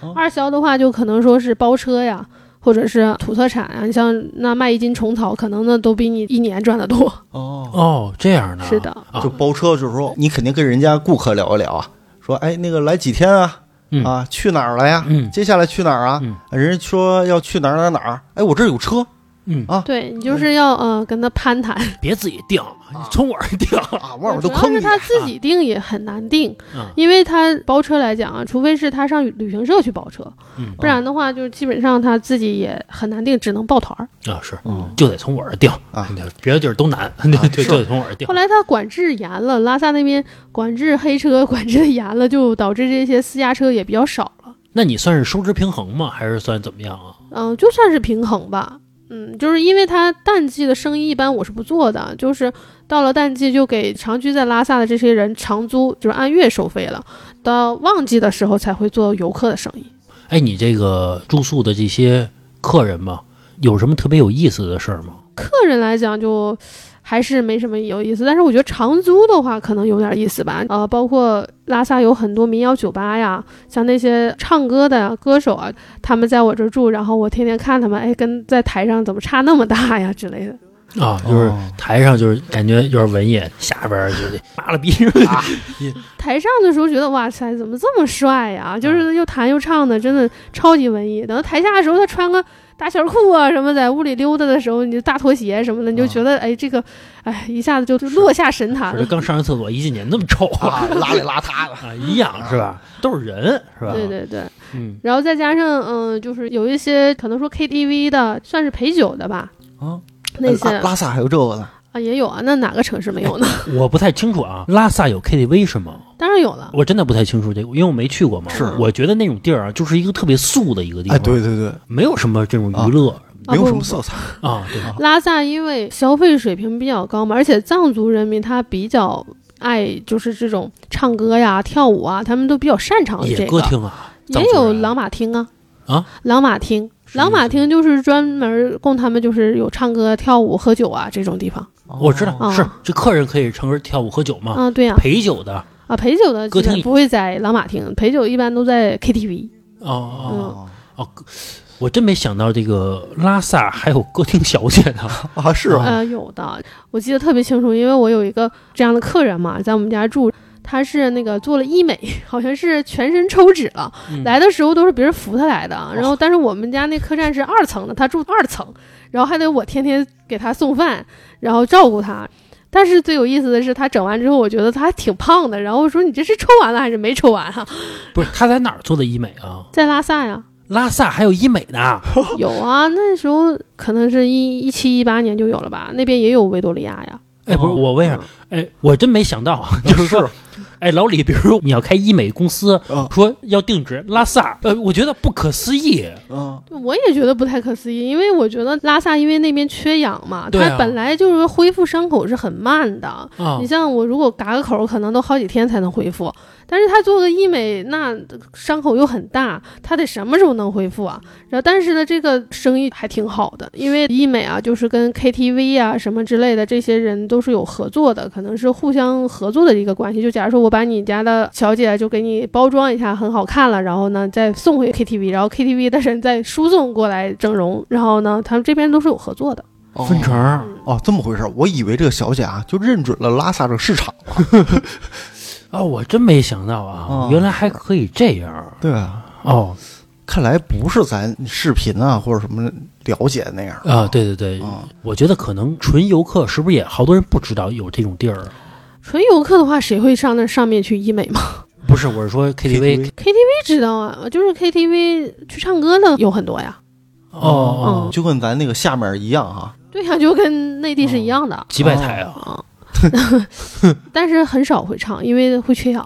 Speaker 2: 哦。
Speaker 3: 二销的话，就可能说是包车呀，或者是土特产啊。你像那卖一斤虫草，可能呢都比你一年赚的多。
Speaker 2: 哦，
Speaker 1: 哦，这样的，
Speaker 3: 是的，
Speaker 1: 啊
Speaker 2: 就，包车，就是说你肯定跟人家顾客聊一聊啊，说哎那个来几天啊，
Speaker 1: 嗯
Speaker 2: 啊去哪儿了呀？
Speaker 1: 嗯
Speaker 2: 接下来去哪儿啊
Speaker 1: 嗯？
Speaker 2: 人家说要去哪儿哪儿哪儿，哎我这儿有车
Speaker 1: 嗯，
Speaker 3: 对你就是要呃跟他攀谈，
Speaker 1: 别自己定，你从我这定。
Speaker 2: 啊，外面
Speaker 3: 主
Speaker 2: 都
Speaker 3: 要
Speaker 2: 坑
Speaker 3: 是
Speaker 2: 你
Speaker 3: 他自己定也很难定，
Speaker 1: 嗯
Speaker 3: 因为他包车来讲啊，除非是他上旅行社去包车，
Speaker 1: 嗯
Speaker 3: 不
Speaker 2: 哦
Speaker 3: 然的话就基本上他自己也很难定，只能抱团儿。
Speaker 1: 啊，是，
Speaker 2: 嗯
Speaker 1: 就得从我这定
Speaker 2: 啊，
Speaker 1: 别的地儿都难，对 对，
Speaker 2: 是
Speaker 1: 就得从我这定
Speaker 3: 后。来他管制严了，拉萨那边管制黑车管制的严了，就导致这些私家车也比较少了。
Speaker 1: 那你算是收支平衡吗？还是算怎么样啊？
Speaker 3: 嗯，就算是平衡吧。嗯，就是因为他淡季的生意一般我是不做的，就是到了淡季就给长居在拉萨的这些人长租，就是按月收费了。到旺季的时候才会做游客的生意。
Speaker 1: 哎，你这个住宿的这些客人嘛，有什么特别有意思的事儿吗？
Speaker 3: 客人来讲就还是没什么有意思，但是我觉得长租的话可能有点意思吧。呃，包括拉萨有很多民谣酒吧呀，像那些唱歌的呀歌手啊，他们在我这儿住，然后我天天看他们，哎，跟在台上怎么差那么大呀之类的。
Speaker 1: 啊，就是
Speaker 2: 哦
Speaker 1: 台上就是感觉有点文艺，下边儿就是 扒拉逼啊，
Speaker 3: 台上的时候觉得哇塞，怎么这么帅呀？就是又弹又唱的，真的超级文艺。等到台下的时候，他穿个大线裤啊什么，在屋里溜达的时候，你就大拖鞋什么的，你就觉得哎，这个哎一下子就就落下神坛
Speaker 1: 我
Speaker 3: 了
Speaker 1: 这。刚上完厕所，一进去那么臭啊
Speaker 2: 啊，邋里邋遢的，
Speaker 1: 啊，一样是吧？都是人是吧？
Speaker 3: 对，对对。
Speaker 1: 嗯，
Speaker 3: 然后再加上嗯、就是有一些可能说 KTV 的，算是陪酒的吧，
Speaker 2: 啊，
Speaker 3: 那些
Speaker 2: 拉
Speaker 3: 啊
Speaker 2: 拉萨还有这个呢，
Speaker 3: 也有啊，那哪个城市没有呢？
Speaker 1: 我不太清楚啊，拉萨有 KTV 是吗？
Speaker 3: 当然有了。
Speaker 1: 我真的不太清楚这个，因为我没去过嘛。
Speaker 2: 是
Speaker 1: 我觉得那种地儿啊，就是一个特别素的一个地方，
Speaker 2: 哎，对对对，
Speaker 1: 没有什么这种娱乐
Speaker 2: 没有
Speaker 3: 啊不
Speaker 2: 什么
Speaker 3: 不
Speaker 2: 色彩，
Speaker 1: 啊，对，
Speaker 3: 拉萨因为消费水平比较高嘛，而且藏族人民他比较爱就是这种唱歌呀、跳舞啊，他们都比较擅长这
Speaker 1: 野
Speaker 3: 个
Speaker 1: 歌。厅啊，
Speaker 3: 也
Speaker 1: 藏族
Speaker 3: 有
Speaker 1: 人
Speaker 3: 朗玛厅啊，
Speaker 1: 啊，
Speaker 3: 朗玛厅，
Speaker 1: 什么意思
Speaker 3: 朗玛厅就是专门供他们就是有唱歌、跳舞、喝酒啊这种地方
Speaker 1: 我知道、
Speaker 3: 哦
Speaker 1: 是这客人可以唱歌、跳舞、喝酒嘛，
Speaker 3: 啊，对呀、啊，
Speaker 1: 陪酒的
Speaker 3: 陪酒的
Speaker 1: 歌
Speaker 3: 基本
Speaker 1: 厅
Speaker 3: 不会在朗玛厅，陪酒一般都在 KTV。
Speaker 1: 哦哦。
Speaker 3: 嗯
Speaker 1: 哦
Speaker 2: 哦
Speaker 1: 我真没想到这个拉萨还有歌厅小姐呢，
Speaker 2: 啊，是啊
Speaker 3: 呃，有的，我记得特别清楚，因为我有一个这样的客人嘛，在我们家住，他是那个做了医美，好像是全身抽脂了。
Speaker 1: 嗯哦
Speaker 3: 来的时候都是别人扶他来的，然后但是我们家那客栈是二层的，他住二层，然后还得我天天给他送饭，然后照顾他。但是最有意思的是，他整完之后，我觉得他还挺胖的。然后我说：“你这是抽完了还是没抽完啊
Speaker 1: 不是他在哪儿做的医美啊？”？
Speaker 3: 在拉萨呀，
Speaker 1: 拉萨还有医美呢，
Speaker 3: 有啊，那时候可能是一一七一八年就有了吧，那边也有维多利亚呀。
Speaker 1: 哎，不是
Speaker 2: 哦
Speaker 1: 我为啥？哎，我真没想 到，就是说，哎，老李，比如说你要开医美公司，
Speaker 2: 嗯
Speaker 1: 说要定制拉萨，呃，我觉得不可思议。
Speaker 2: 嗯，
Speaker 3: 我也觉得不太可思议，因为我觉得拉萨因为那边缺氧嘛，
Speaker 1: 对啊
Speaker 3: 它本来就是恢复伤口是很慢的。
Speaker 1: 啊
Speaker 3: 你像我，如果嘎个口，可能都好几天才能恢复。但是他做个医美，那伤口又很大，他得什么时候能恢复啊？然后，但是呢，这个生意还挺好的，因为医美啊，就是跟 KTV 啊什么之类的这些人都是有合作的，可能是互相合作的一个关系。就假如说我把你家的小姐啊就给你包装一下，很好看了，然后呢再送回 KTV，然后 KTV 的人再输送过来整容，然后呢他们这边都是有合作的。
Speaker 2: 哦
Speaker 1: 分成儿
Speaker 2: 哦，这么回事儿。我以为这个小姐啊，就认准了拉萨这个市场。
Speaker 1: 啊，我真没想到啊
Speaker 2: 哦，
Speaker 1: 原来还可以这样
Speaker 2: 对啊，
Speaker 1: 哦
Speaker 2: 看来不是咱视频啊或者什么了解的那样
Speaker 1: 啊，对对
Speaker 3: 呃
Speaker 1: 对，
Speaker 2: 啊。
Speaker 1: 我觉得可能纯游客是不是也好多人不知道有这种地儿？
Speaker 3: 纯游客的话，谁会上那上面去医美嘛？
Speaker 1: 不是，我是说 KTV
Speaker 3: KTV 知道啊，就是 KTV 去唱歌的有很多呀。
Speaker 1: 哦哦，
Speaker 3: 嗯
Speaker 2: 就跟咱那个下面一样啊。
Speaker 3: 对呀、 就跟内地是一样的。
Speaker 1: 几百台啊，
Speaker 3: 啊， 但是很少会唱，因为会缺氧。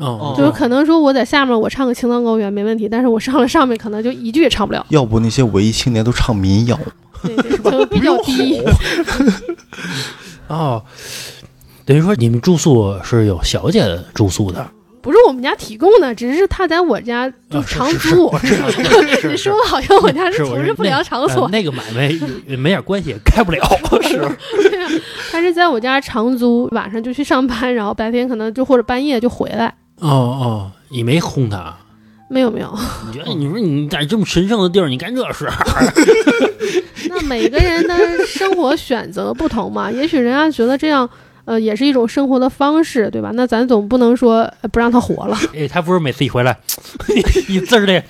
Speaker 1: 哦
Speaker 2: 哦
Speaker 3: 就是可能说我在下面我唱个《青藏高原》没问题，但是我上了上面可能就一句也唱 不了，
Speaker 2: 要不那些文艺青年都唱民谣，
Speaker 3: 对对，就比较低。
Speaker 1: 哦，等于说你们住宿是有小姐住宿的，
Speaker 3: 不是我们家提供的，只是他在我家就
Speaker 1: 啊是
Speaker 3: 长
Speaker 1: 是是
Speaker 3: 租。
Speaker 1: 是是是
Speaker 3: 你说的好像 我家
Speaker 1: 是我
Speaker 3: 从
Speaker 1: 是
Speaker 3: 事不良场所
Speaker 1: 呃，那个买卖也没点关系，也开 不了。
Speaker 3: 哦
Speaker 1: 是，
Speaker 3: 他是在我家长租，晚上就去上班，然后白天可能就或者半夜就回来。
Speaker 1: 哦哦，你没轰他，啊
Speaker 3: 没有没有，
Speaker 1: 你觉得你说你在这么神圣的地儿，你干这事儿？
Speaker 3: 那每个人的生活选择不同嘛， 也许人家觉得这样，呃，也是一种生活的方式，对吧？那咱总不能说呃不让他活 了，
Speaker 1: 哎，他不是每次一回来， 一字儿的，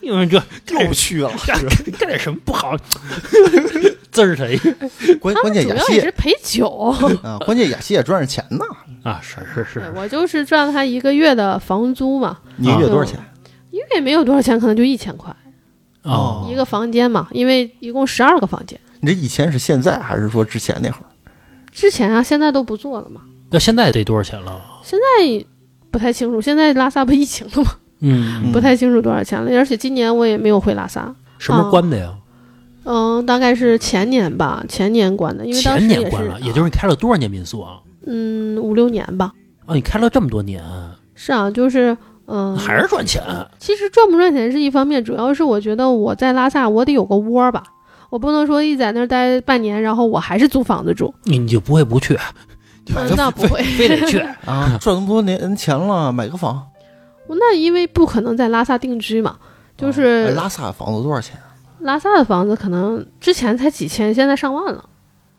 Speaker 1: 你说这干
Speaker 2: 又去了。
Speaker 1: 干干点什么不好， 滋儿他一
Speaker 2: 关
Speaker 3: 他
Speaker 2: 关
Speaker 3: 们
Speaker 2: 键
Speaker 3: 主
Speaker 2: 雅
Speaker 3: 要
Speaker 2: 西
Speaker 3: 也
Speaker 2: 也
Speaker 3: 是陪酒。
Speaker 2: 啊，关键雅西也赚着钱呢。
Speaker 1: 啊！是是
Speaker 3: 对
Speaker 1: 是，
Speaker 3: 我就是赚了他一个月的房租嘛，
Speaker 2: 你一个月多少钱？
Speaker 3: 一个月没有多少钱，可能就一千块、嗯
Speaker 1: 哦
Speaker 3: 一个房间嘛，因为一共十二个房间。
Speaker 2: 你这以前是现在还是说之前那会儿？
Speaker 3: 之前啊，现在都不做了嘛，
Speaker 1: 那现在得多少钱了？
Speaker 3: 现在不太清楚。现在拉萨不疫情了嘛，
Speaker 1: 嗯，
Speaker 3: 不太清楚多少钱了。而且今年我也没有回拉萨，
Speaker 1: 什么时候关的呀？
Speaker 3: 嗯，大概是前年吧，前年关的，因为当时
Speaker 1: 前
Speaker 3: 也是啊
Speaker 1: 年关了，也就是你开了多少年民宿啊？
Speaker 3: 嗯五六年吧。
Speaker 1: 啊，你开了这么多年，
Speaker 3: 是啊，就是嗯，
Speaker 1: 还是赚钱？
Speaker 3: 其实赚不赚钱是一方面，主要是我觉得我在拉萨，我得有个窝儿吧，我不能说一在那儿待半年，然后我还是租房 子住，
Speaker 1: 你你就不会不去，
Speaker 3: 嗯、那不会。
Speaker 1: 哎 非得去？
Speaker 2: 啊，赚那么多年钱了，买个房。
Speaker 3: 那因为不可能在拉萨定居嘛，就
Speaker 2: 哎
Speaker 1: 哦
Speaker 3: 是
Speaker 2: 拉萨房子多少钱啊？
Speaker 3: 拉萨的房子可能之前才几千，现在上万了。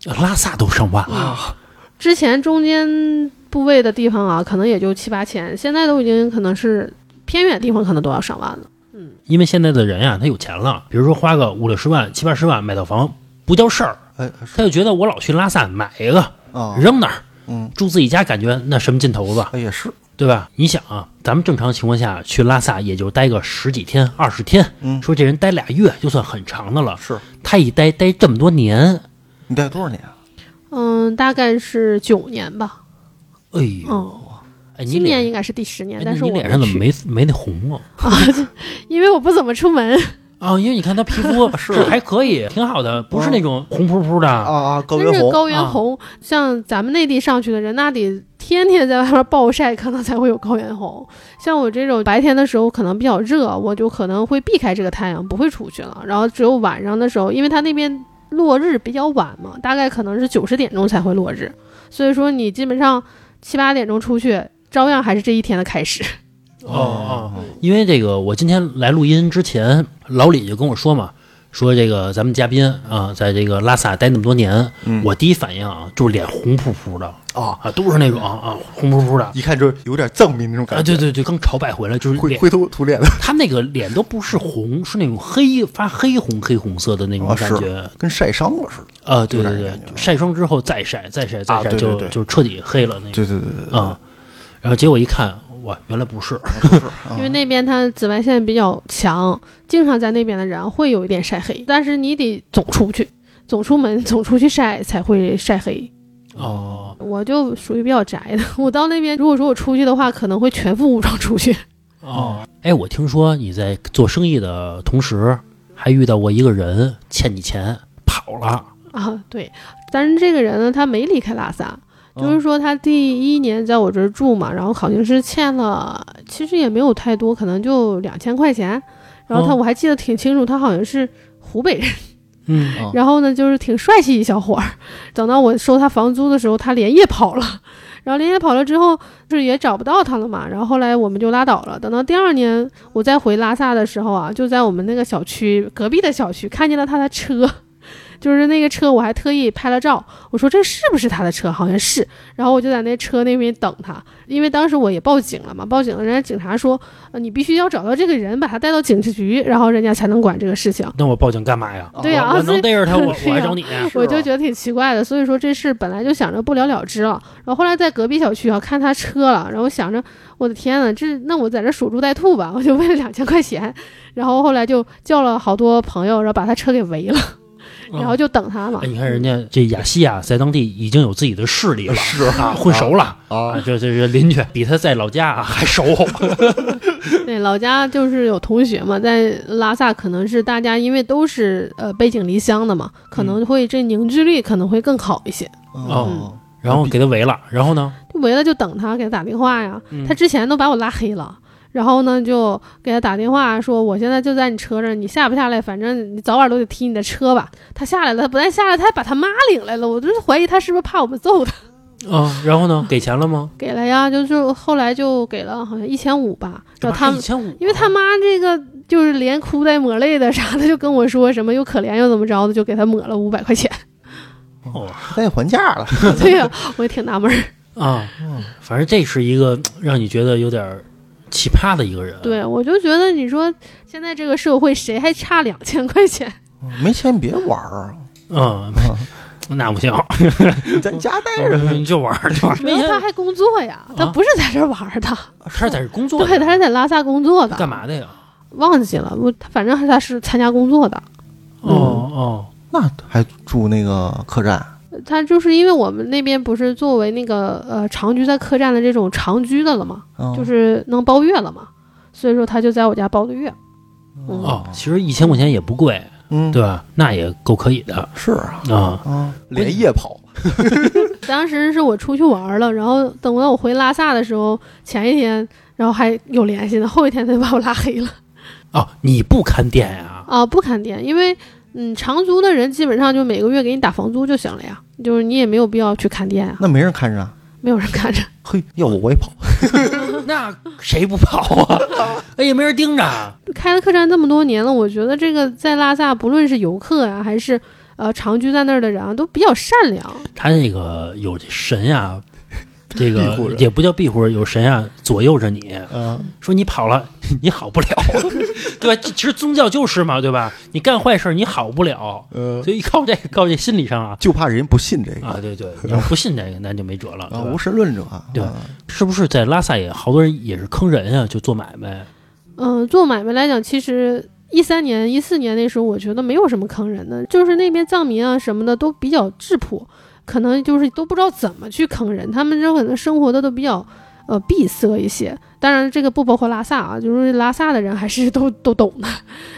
Speaker 1: 拉萨都上万了，
Speaker 2: 啊，
Speaker 3: 之前中间部位的地方啊，可能也就七八千，现在都已经可能是偏远地方，可能都要上万了。
Speaker 1: 因为现在的人呀、他有钱了，比如说花个五六十万、七八十万买套房不叫事儿，
Speaker 2: 哎，
Speaker 1: 他就觉得我老去拉萨买一个
Speaker 3: 哦
Speaker 2: 啊，
Speaker 1: 扔那儿
Speaker 2: 嗯，
Speaker 1: 住自己家，感觉那什么劲头子，
Speaker 2: 哎也是，
Speaker 1: 对吧？你想啊，咱们正常情况下去拉萨也就待个十几天、二十天，
Speaker 2: 嗯
Speaker 1: 说这人待俩月就算很长的了，
Speaker 2: 是
Speaker 1: 他一待待这么多年，
Speaker 2: 你贷多少年啊？
Speaker 3: 嗯，大概是九年吧。
Speaker 1: 哎呦，
Speaker 3: 嗯，
Speaker 1: 哎，你
Speaker 3: 今年
Speaker 1: 脸
Speaker 3: 应该是第十年
Speaker 1: 哎，
Speaker 3: 但
Speaker 1: 你
Speaker 3: 是
Speaker 1: 你
Speaker 3: 我
Speaker 1: 脸上怎么
Speaker 3: 去
Speaker 1: 没没那红啊？
Speaker 3: 因为我不怎么出 门，
Speaker 1: 啊，因为你看他皮 肤是还可以，挺好的，不是那种红扑扑的
Speaker 2: 啊啊，高
Speaker 3: 真
Speaker 2: 原
Speaker 3: 是
Speaker 2: 红，
Speaker 3: 高原红。像咱们内地上去的人，那得天天在外面暴晒，可能才会有高原红。像我这种白天的时候可能比较热，我就可能会避开这个太阳，不会出去了。然后只有晚上的时候，因为它那边落日比较晚嘛，大概可能是九十点钟才会落日，所以说你基本上七八点钟出去，照样还是这一天的开始。
Speaker 1: 哦哦哦，因为这个，我今天来录音之前，老李就跟我说嘛，说这个咱们嘉宾啊，在这个拉萨待那么多年，
Speaker 2: 嗯
Speaker 1: 我第一反应啊就是脸红扑扑的
Speaker 2: 啊，
Speaker 1: 啊，都是那种啊红扑扑的
Speaker 2: 一看就是有点藏民那种
Speaker 1: 啊，
Speaker 2: 感觉，
Speaker 1: 对对对，刚朝拜回来就是
Speaker 2: 灰
Speaker 1: 脸，
Speaker 2: 灰头土脸的，
Speaker 1: 他那个脸都不是红，是那种黑发黑红黑红色的那种
Speaker 2: 啊
Speaker 1: 感
Speaker 2: 是
Speaker 1: 觉，
Speaker 2: 跟晒伤了似的。
Speaker 1: 啊，对
Speaker 2: 有点
Speaker 1: 对对
Speaker 2: 感觉，
Speaker 1: 晒伤之后再晒，再晒，再
Speaker 2: 啊
Speaker 1: 晒，
Speaker 2: 对对
Speaker 1: 就
Speaker 2: 对
Speaker 1: 就彻底黑了那个
Speaker 2: 对对对对
Speaker 1: 啊。然后结果一看，哇，原来不是，
Speaker 3: 因为那边它紫外线比较强，经常在那边的人会有一点晒黑，但是你得总出去，总出门， 总出去晒才会晒黑。
Speaker 1: 哦
Speaker 3: 我就属于比较宅的， 我到那边如果说我出去的话，可能会全副武装出去。
Speaker 1: 哦。哎，我听说你在做生意的同时，还遇到过一个人欠你钱跑了。
Speaker 3: 啊，对，但是这个人呢，他没离开拉萨，就
Speaker 2: 嗯
Speaker 3: 是说他第一年在我这儿住嘛，然后好像是欠了，其实也没有太多，可能就两千块钱。然后他
Speaker 1: 哦
Speaker 3: 我还记得挺清楚，他好像是湖北人，
Speaker 1: 嗯
Speaker 2: 哦
Speaker 3: 然后呢就是挺帅气一小伙儿。 等到我收他房租的时候，他连夜跑了， 然后连夜跑了之后，就是也找不到他了嘛。然后后来我们就拉倒了。等到第二年我再回拉萨的时候啊，就在我们那个小区隔壁的小区看见了他的车， 就是那个车，我还特意拍了照。我说这是不是他的车？好像是。然后我就在那车那边等他，因为当时我也报警了嘛，报警了，人家警察说，呃你必须要找到这个人，把他带到警察局，然后人家才能管这个事情。
Speaker 1: 那我报警干嘛呀？
Speaker 3: 对啊
Speaker 1: 哦我我
Speaker 3: 所以
Speaker 1: 能逮着他， 我我
Speaker 3: 对
Speaker 1: 还
Speaker 3: 啊
Speaker 1: 找你。
Speaker 2: 是
Speaker 3: 我
Speaker 2: 啊
Speaker 3: 就觉得挺奇怪的，所以说这事本来就想着不了了之了。然后后来在隔壁小区啊，看他车了，然后想着我的天呐，这那我在这守株待兔吧，我就为了两千块钱，然后后来就叫了好多朋友，然后把他车给围了，然后就等他嘛
Speaker 1: 哎，。你看人家这雅西亚在当地已经有自己的势力了，
Speaker 2: 是
Speaker 1: 啊，混熟了啊，
Speaker 2: 啊，
Speaker 1: 这这这邻居比他在老家啊还 熟。
Speaker 3: 对，老家就是有同学嘛，在拉萨可能是大家因为都是呃背井离乡的嘛，可
Speaker 1: 嗯
Speaker 3: 能会这凝聚力可能会更好一些。
Speaker 2: 哦，
Speaker 1: 然后给他围了，然后呢？
Speaker 3: 就围了就等他给他打电话呀，
Speaker 1: 嗯
Speaker 3: 他之前都把我拉黑了。然后呢，就给他打电话说，我现在就在你车这儿，你下不下来？反正你早晚都得提你的车吧。他下来了，他不但下来，他还把他妈领来了。我就是怀疑他是不是怕我 们揍他。
Speaker 2: 嗯
Speaker 1: 啊，然后呢？给钱了吗？
Speaker 3: 给了呀，就就后来就给了好像一千五吧。然后他们
Speaker 1: 一千五，啊
Speaker 3: 因为他妈这个就是连哭带抹泪的啥的，就跟我说什么又可怜又怎么着的，就给他抹了五百块 钱。
Speaker 1: 哦
Speaker 2: 带还价了，
Speaker 3: 对呀、我也挺纳闷儿。
Speaker 1: 啊，反正这是一个让你觉得有点儿奇葩的一个人。，
Speaker 3: 对，啊我就觉得你说现在这个社会，谁还差两千块钱？
Speaker 2: 没钱别玩儿啊，
Speaker 1: 嗯，那不行，
Speaker 2: 在家待 着呗。
Speaker 1: 就玩儿就玩儿。
Speaker 3: 主要他还工作呀，他
Speaker 1: 啊
Speaker 3: 不是在这儿玩 儿的，
Speaker 1: 他是在这工作的，
Speaker 3: 对，他是在拉萨工作的。
Speaker 1: 干？嘛的呀？
Speaker 3: 忘记了，我他反正他是参加工作的。
Speaker 1: 哦哦，
Speaker 2: 那还住那个客栈，
Speaker 3: 他就是因为我们那边不是作为那个呃长居在客栈的这种长居的了嘛，
Speaker 2: 嗯
Speaker 3: 就是能包月了嘛，所以说他就在我家包的月。嗯
Speaker 1: 哦，其实一千块钱也不贵，
Speaker 2: 嗯，
Speaker 1: 对吧？那也够可以的
Speaker 2: 是啊，
Speaker 1: 啊。
Speaker 2: 啊，连夜跑，
Speaker 3: 当时是我出去玩儿了，然后等到我回拉萨的时候，前一天然后还有联系呢，后一天他就把我拉黑了。
Speaker 1: 哦，你不看店 呀？
Speaker 3: 啊，不砍店，因为嗯，长租的人基本上就每个月给你打房租就行了呀，就是你也没有必要去砍店啊，
Speaker 2: 那没人看着啊。
Speaker 3: 没有人看着。
Speaker 2: 嘿，要我我也跑，
Speaker 1: 那谁不跑啊？ 哎，也没人盯着。
Speaker 3: 开了客栈这么多年了，我觉得这个在拉萨，不论是游客啊，还是呃长居在那儿的人啊，都比较善良。
Speaker 1: 他那个有神 呀，这
Speaker 2: 庇护
Speaker 1: 个
Speaker 2: 着
Speaker 1: 也不叫庇护着，有神呀左右着你。
Speaker 2: 嗯，
Speaker 1: 说你跑了，你好 不了，对吧？这其实宗教就是嘛，对吧？你干坏事儿，你好不了，
Speaker 2: 呃，
Speaker 1: 所以靠这个靠这心理上啊
Speaker 2: 就怕人不信这个
Speaker 1: 啊， 对对，你要不信这个，那就没辙了，
Speaker 2: 啊，
Speaker 1: 对
Speaker 2: 无
Speaker 1: 吧？
Speaker 2: 神论者啊，
Speaker 1: 对
Speaker 2: 啊
Speaker 1: 是不是在拉萨也好多人也是坑人啊？就做买卖，
Speaker 3: 嗯、做买卖来讲，其实。一三年、一四年那时候，我觉得没有什么坑人的，就是那边藏民啊什么的都比较质朴，可能就是都不知道怎么去坑人，他们就可能生活的都比较呃闭塞一些。当然，这个不包括拉萨啊，就是拉萨的人还是都都懂的，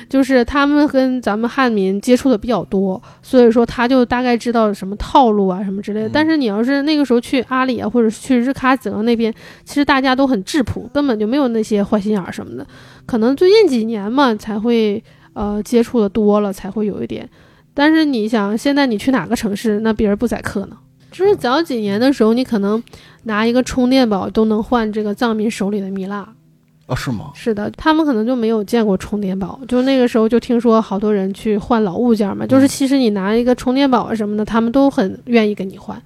Speaker 3: 就是他们跟咱们汉民接触的比较多，所以说他就大概知道什么套路啊什么之类的。
Speaker 2: 嗯
Speaker 3: 但是你要是那个时候去阿里啊，或者是去日喀则那边，其实大家都很质朴，根本就没有那些坏心眼儿什么的。可能最近几年嘛，才会呃接触的多了，才会有一点。但是你想，现在你去哪个城市，那别人不宰客呢？就是早几年的时候，你可能拿一个充电宝都能换这个藏民手里的蜜蜡，
Speaker 2: 啊，是吗？
Speaker 3: 是的，他们可能就没有见过充电宝，就那个时候就听说好多人去换老物件嘛，就是其实你拿一个充电宝啊什么的，他们都很愿意跟你换。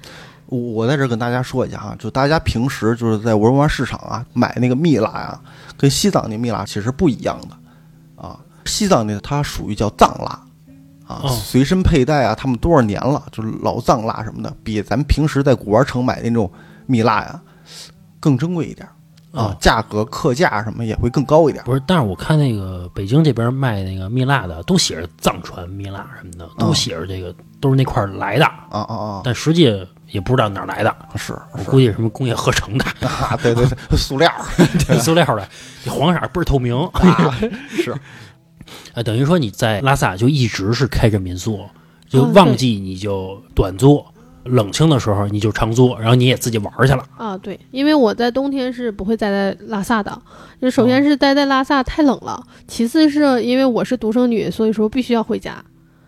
Speaker 2: 我我在这儿跟大家说一下啊，就大家平时就是在文玩市场啊买那个蜜蜡啊，跟西藏那蜜蜡其实不一样的啊。西藏那它属于叫藏蜡啊，
Speaker 1: 哦
Speaker 2: 随身佩戴啊，他们多少年了，就是老藏蜡什么的，比咱们平时在古玩城买的那种蜜蜡呀、更珍贵一点啊
Speaker 1: 哦，
Speaker 2: 价格克价什么也会更高一点。
Speaker 1: 不是，但是我看那个北京这边卖那个蜜蜡的，都写着藏传蜜蜡什么的，
Speaker 2: 嗯
Speaker 1: 都写着这个都是那块儿来的，
Speaker 2: 啊啊
Speaker 1: 但实际也不知道哪儿来的，
Speaker 2: 啊！是
Speaker 1: 我
Speaker 2: 是
Speaker 1: 估计是什么工业合成的、
Speaker 2: 啊，对对对，塑料 儿
Speaker 1: 塑料的，黄色儿倍儿透明。
Speaker 2: 啊，是
Speaker 1: 啊，等于说你在拉萨就一直是开着民宿，就
Speaker 3: 嗯
Speaker 1: 旺
Speaker 3: 对
Speaker 1: 季你就短租，冷清的时候你就长租，然后你也自己玩儿去了。
Speaker 3: 啊，对，因为我在冬天是不会待在拉萨的，就首先是待在拉萨太冷了，其次是因为我是独生女，所以说必须要回家。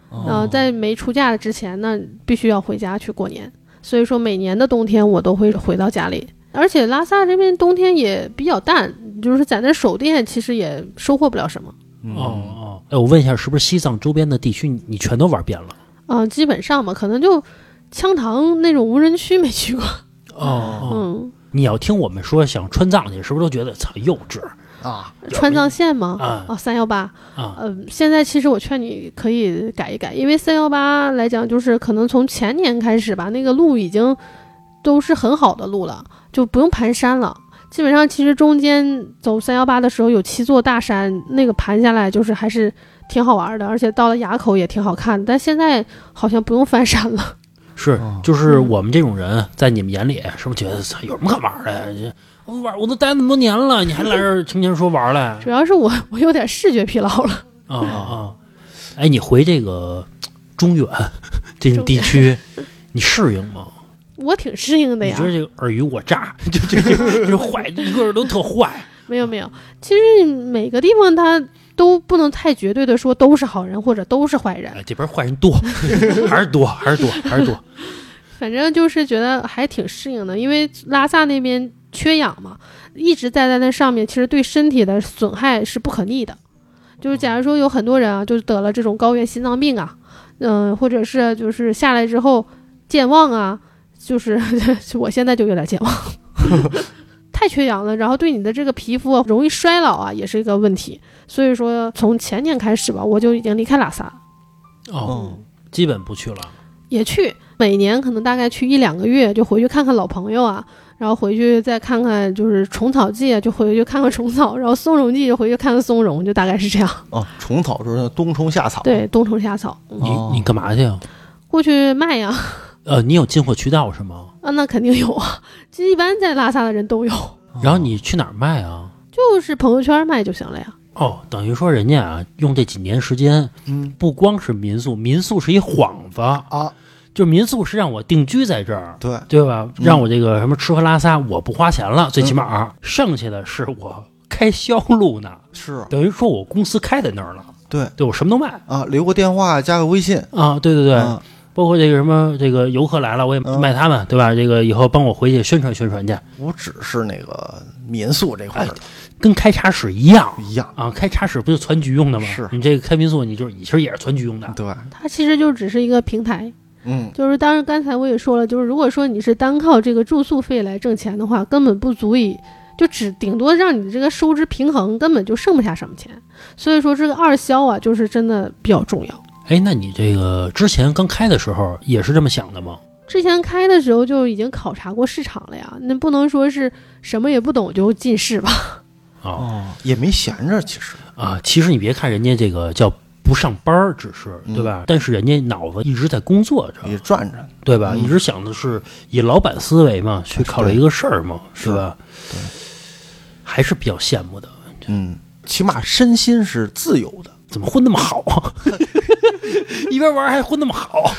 Speaker 1: 哦
Speaker 3: 呃，在没出嫁之前呢，必须要回家去过年，所以说每年的冬天我都会回到家里。而且拉萨这边冬天也比较淡，就是在那手电其实也收获不了什么。
Speaker 2: 嗯
Speaker 1: 哦哦，哎，我问一下，是不是西藏周边的地区你你全都玩遍了？
Speaker 3: 啊、基本上吧，可能就羌塘那种无人区没去过。
Speaker 1: 哦，
Speaker 3: 嗯，
Speaker 1: 你要听我们说想川藏去，是不是都觉得操幼稚
Speaker 2: 啊，
Speaker 3: 川藏线吗？
Speaker 1: 啊
Speaker 3: 哦，三幺八。
Speaker 1: 啊？
Speaker 3: 嗯，现在其实我劝你可以改一改，因为三幺八来讲，就是可能从前年开始吧，那个路已经都是很好的路了，就不用盘山了。基本上，其实中间走三幺八的时候有七座大山，那个盘下来就是还是挺好玩的，而且到了垭口也挺好看。但现在好像不用翻山了。
Speaker 1: 是
Speaker 2: 哦，
Speaker 1: 就是我们这种人，在你们眼里是不是觉得操有什么可玩儿的呀？这我玩儿我都待那么多年了，你还来这儿成天说玩儿来？
Speaker 3: 主要是我我有点视觉疲劳了。
Speaker 2: 嗯
Speaker 1: 啊啊！啊！哎，你回这个中 原这种地区，你适应吗？
Speaker 3: 我挺适应的
Speaker 1: 你
Speaker 3: 呀
Speaker 1: 觉，得这个尔虞我诈， 就就就就坏，一个人都特坏。
Speaker 3: 没有没有，其实每个地方它都不能太绝对的说都是好人或者都是坏人，
Speaker 1: 哎，这边坏人多， 还是多，还是多，还是多。
Speaker 3: 反正就是觉得还挺适应的，因为拉萨那边缺氧嘛，一直待在那上面，其实对身体的损害是不可逆的。就是假如说有很多人啊，就是得了这种高原心脏病啊，嗯、或者是就是下来之后健忘啊，就是 我现在就有点健忘， 太缺氧了，然后对你的这个皮肤啊容易衰老啊也是一个问题。所以说从前年开始吧，我就已经离开拉萨了。
Speaker 1: 哦，
Speaker 2: 嗯
Speaker 1: 基本不去了。
Speaker 3: 也去，每年可能大概去一两个月，就回去看看老朋友啊，然后回去再看看就是虫草季啊，就回去看看虫草，然后松茸季就回去看看松茸，就大概是这样。
Speaker 2: 哦，虫草就是冬虫夏草，
Speaker 3: 对，冬虫夏草，嗯
Speaker 1: 你
Speaker 2: 哦
Speaker 1: 你干嘛去啊？
Speaker 3: 过去卖呀，
Speaker 1: 呃，你有进货渠道是
Speaker 2: 哦
Speaker 1: 吗？
Speaker 3: 啊，那肯定有啊，这一般在拉萨的人都有，
Speaker 1: 然后你去哪儿卖啊？
Speaker 3: 就是朋友圈卖就行了呀。
Speaker 1: 哦，等于说人家啊，用这几年时间，
Speaker 2: 嗯
Speaker 1: 不光是民宿，民宿是一幌子，
Speaker 2: 啊，
Speaker 1: 就民宿是让我定居在这儿，
Speaker 2: 对，
Speaker 1: 对吧？
Speaker 2: 嗯
Speaker 1: 让我这个什么吃喝拉撒我不花钱了，最起码啊剩下的是我开销路呢，
Speaker 2: 是
Speaker 1: 等于说我公司开在那儿了，
Speaker 2: 对
Speaker 1: 对我什么都卖
Speaker 2: 啊，留个电话，加个微信，
Speaker 1: 啊，对对对，
Speaker 2: 啊
Speaker 1: 包括这个什么这个游客来了我也
Speaker 2: 嗯
Speaker 1: 卖他们，对吧？这个以后帮我回去宣传宣传去，
Speaker 2: 我只是那个民宿这块儿的
Speaker 1: 跟开茶室一样
Speaker 2: 不一样，
Speaker 1: 啊，开茶室不就攒局用的吗？
Speaker 2: 是
Speaker 1: 你这个开民宿，你就是你其实也是攒局用的，
Speaker 2: 对，
Speaker 3: 它其实就只是一个平台，
Speaker 2: 嗯，
Speaker 3: 就是当然刚才我也说了，就是如果说你是单靠这个住宿费来挣钱的话，根本不足以，就只顶多让你这个收支平衡，根本就剩不下什么钱。所以说这个二销啊，就是真的比较重要。
Speaker 1: 哎，那你这个之前刚开的时候也是这么想的吗？
Speaker 3: 之前开的时候就已经考察过市场了呀，那不能说是什么也不懂就进市吧？
Speaker 1: 啊
Speaker 2: 哦，也没闲着，其实
Speaker 1: 啊，其实你别看人家这个叫不上班儿，只是
Speaker 2: 嗯
Speaker 1: 对吧？但是人家脑子一直在工作着，
Speaker 2: 也转转，
Speaker 1: 对吧？
Speaker 2: 嗯
Speaker 1: 一直想的是以老板思维嘛，去考虑一个事儿嘛，
Speaker 2: 是
Speaker 1: 对吧？还是比较羡慕的，
Speaker 2: 嗯，起码身心是自由的
Speaker 1: 怎么混那么好啊？ 一边玩儿还混那么好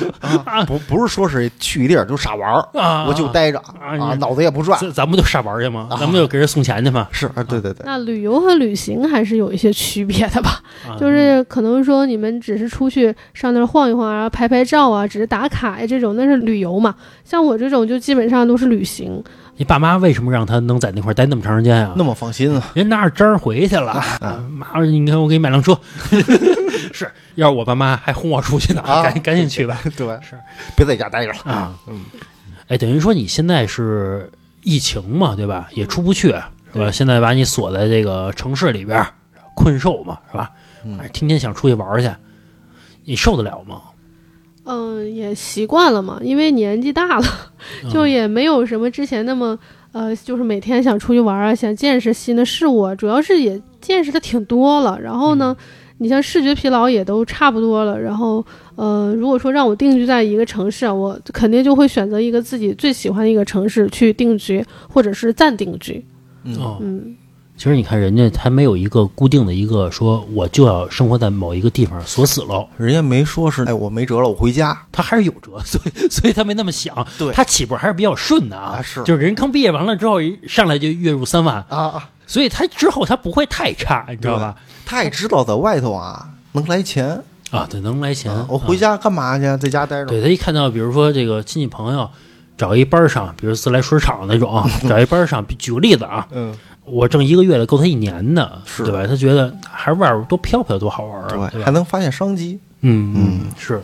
Speaker 2: 啊，不不是说是去一地儿就傻玩儿，
Speaker 1: 啊！
Speaker 2: 我就呆着
Speaker 1: 啊
Speaker 2: 啊，
Speaker 1: 你
Speaker 2: 脑子也不转，
Speaker 1: 咱咱们就傻玩儿去吗？
Speaker 2: 啊
Speaker 1: 咱们就给人送钱去吗？
Speaker 2: 是啊，对对对，
Speaker 3: 那旅游和旅行还是有一些区别的吧？
Speaker 1: 啊
Speaker 3: 就是可能说你们只是出去上那儿晃一晃啊，拍拍照啊，只是打卡呀这种，那是旅游嘛。像我这种就基本上都是旅行，
Speaker 1: 你爸妈为什么让他能在那块儿待那么长时间啊？
Speaker 2: 那么放心 啊，
Speaker 1: 人拿着章儿回去了，啊妈，你看我给你买辆 车，是要是我爸妈还轰我出去呢，
Speaker 2: 啊
Speaker 1: 赶紧赶紧去吧
Speaker 2: 对，
Speaker 1: 是
Speaker 2: 别在家待着了。
Speaker 1: 啊，
Speaker 2: 嗯，
Speaker 1: 哎，等于说你现在是疫情嘛，对吧？也出不去，是吧？
Speaker 2: 对
Speaker 1: 现在把你锁在这个城市里边儿，困兽嘛，是吧？
Speaker 2: 嗯
Speaker 1: 哎天天想出去玩儿去，你受得了吗？
Speaker 3: 嗯，也习惯了嘛，因为年纪大了，
Speaker 1: 嗯
Speaker 3: 就也没有什么之前那么呃，就是每天想出去玩啊，想见识新的事物啊，主要是也见识的挺多了。然后呢，你像视觉疲劳也都差不多了。然后呃，如果说让我定居在一个城市啊，我肯定就会选择一个自己最喜欢的一个城市去定居，或者是暂定居。
Speaker 1: 哦，
Speaker 3: 嗯，
Speaker 1: 其实你看人家还没有一个固定的一个说我就要生活在某一个地方锁死喽，
Speaker 2: 人家没说是哎，我没辙了，我回家。
Speaker 1: 他还是有辙， 所以所以他没那么想，
Speaker 2: 对
Speaker 1: 他起步还是比较顺的啊，
Speaker 2: 啊是
Speaker 1: 就是人刚毕业完了之后一上来就月入三万，
Speaker 2: 啊啊，
Speaker 1: 所以他之后他不会太差，你知道吧？
Speaker 2: 他也知道在外头啊能来钱，
Speaker 1: 啊，对，能来钱，
Speaker 2: 啊我回
Speaker 1: 啊
Speaker 2: 家干嘛去？在家待着。
Speaker 1: 对他一看到，比如说这个亲戚朋友找一班儿上，比如自来水厂那 种啊，找一班儿上，比举个例子啊，
Speaker 2: 嗯，
Speaker 1: 我挣一个月的够他一年的，
Speaker 2: 是
Speaker 1: 对吧？他觉得还是外边儿多飘飘多好玩儿啊，对
Speaker 2: 对，
Speaker 1: 吧？
Speaker 2: 还能发现商机。
Speaker 1: 嗯嗯，是。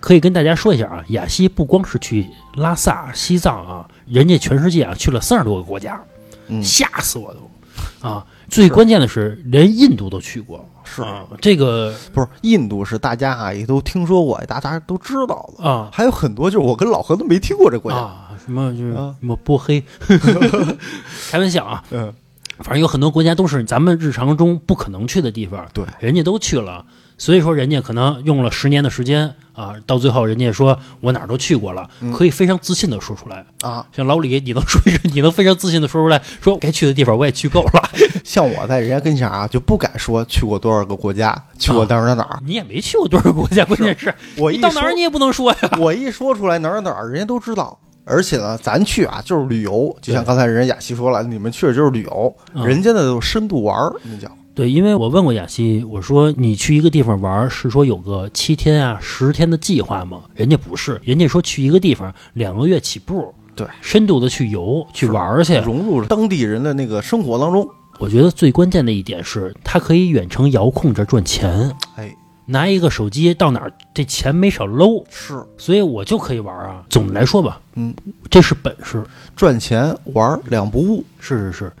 Speaker 1: 可以跟大家说一下啊，雅西不光是去拉萨、西藏啊，人家全世界啊去了三十多个国家，
Speaker 2: 嗯，
Speaker 1: 吓死我都啊！最关键的是，连印度都去过，
Speaker 2: 是
Speaker 1: 啊，这个
Speaker 2: 不是印度是大家啊也都听说过，大家都知道了。
Speaker 1: 啊
Speaker 2: 还有很多就是我跟老何都没听过这国家。
Speaker 1: 啊，什么就是
Speaker 2: 啊
Speaker 1: 什么波 黑，开玩笑啊，
Speaker 2: 嗯，
Speaker 1: 反正有很多国家都是咱们日常中不可能去的地方，
Speaker 2: 对，
Speaker 1: 人家都去了，所以说人家可能用了十年的时间啊，到最后人家说我哪儿都去过了，
Speaker 2: 嗯
Speaker 1: 可以非常自信的说出来。
Speaker 2: 啊，
Speaker 1: 像老李，你能说你能非常自信的说出来，说该去的地方我也去够了，
Speaker 2: 像我在人家跟前啊，就不敢说去过多少个国家，去过哪儿哪儿哪儿。
Speaker 1: 你也没去过多少国家，关键是
Speaker 2: 我
Speaker 1: 啊你
Speaker 2: 一
Speaker 1: 到
Speaker 2: 说
Speaker 1: 哪儿你也不能说呀。
Speaker 2: 我一说出来哪儿哪儿，人家都知道。而且呢，咱去啊就是旅游，就像刚才人家雅琪说了，你们去的就是旅游，
Speaker 1: 嗯
Speaker 2: 人家那都深度玩儿，那叫
Speaker 1: 对，因为我问过雅西，我说你去一个地方玩儿是说有个七天啊、十天的计划吗？人家不是，人家说去一个地方两个月起步，
Speaker 2: 对，
Speaker 1: 深度的去游去玩儿去。
Speaker 2: 融入当地人的那个生活当中。
Speaker 1: 我觉得最关键的一点是，它可以远程遥控着赚钱，
Speaker 2: 哎，
Speaker 1: 拿一个手机到哪儿，这钱没少搂，
Speaker 2: 是
Speaker 1: 所以我就可以玩儿啊。总的来说吧，
Speaker 2: 嗯，
Speaker 1: 这是本事，
Speaker 2: 赚钱玩儿两不误。
Speaker 1: 是是是，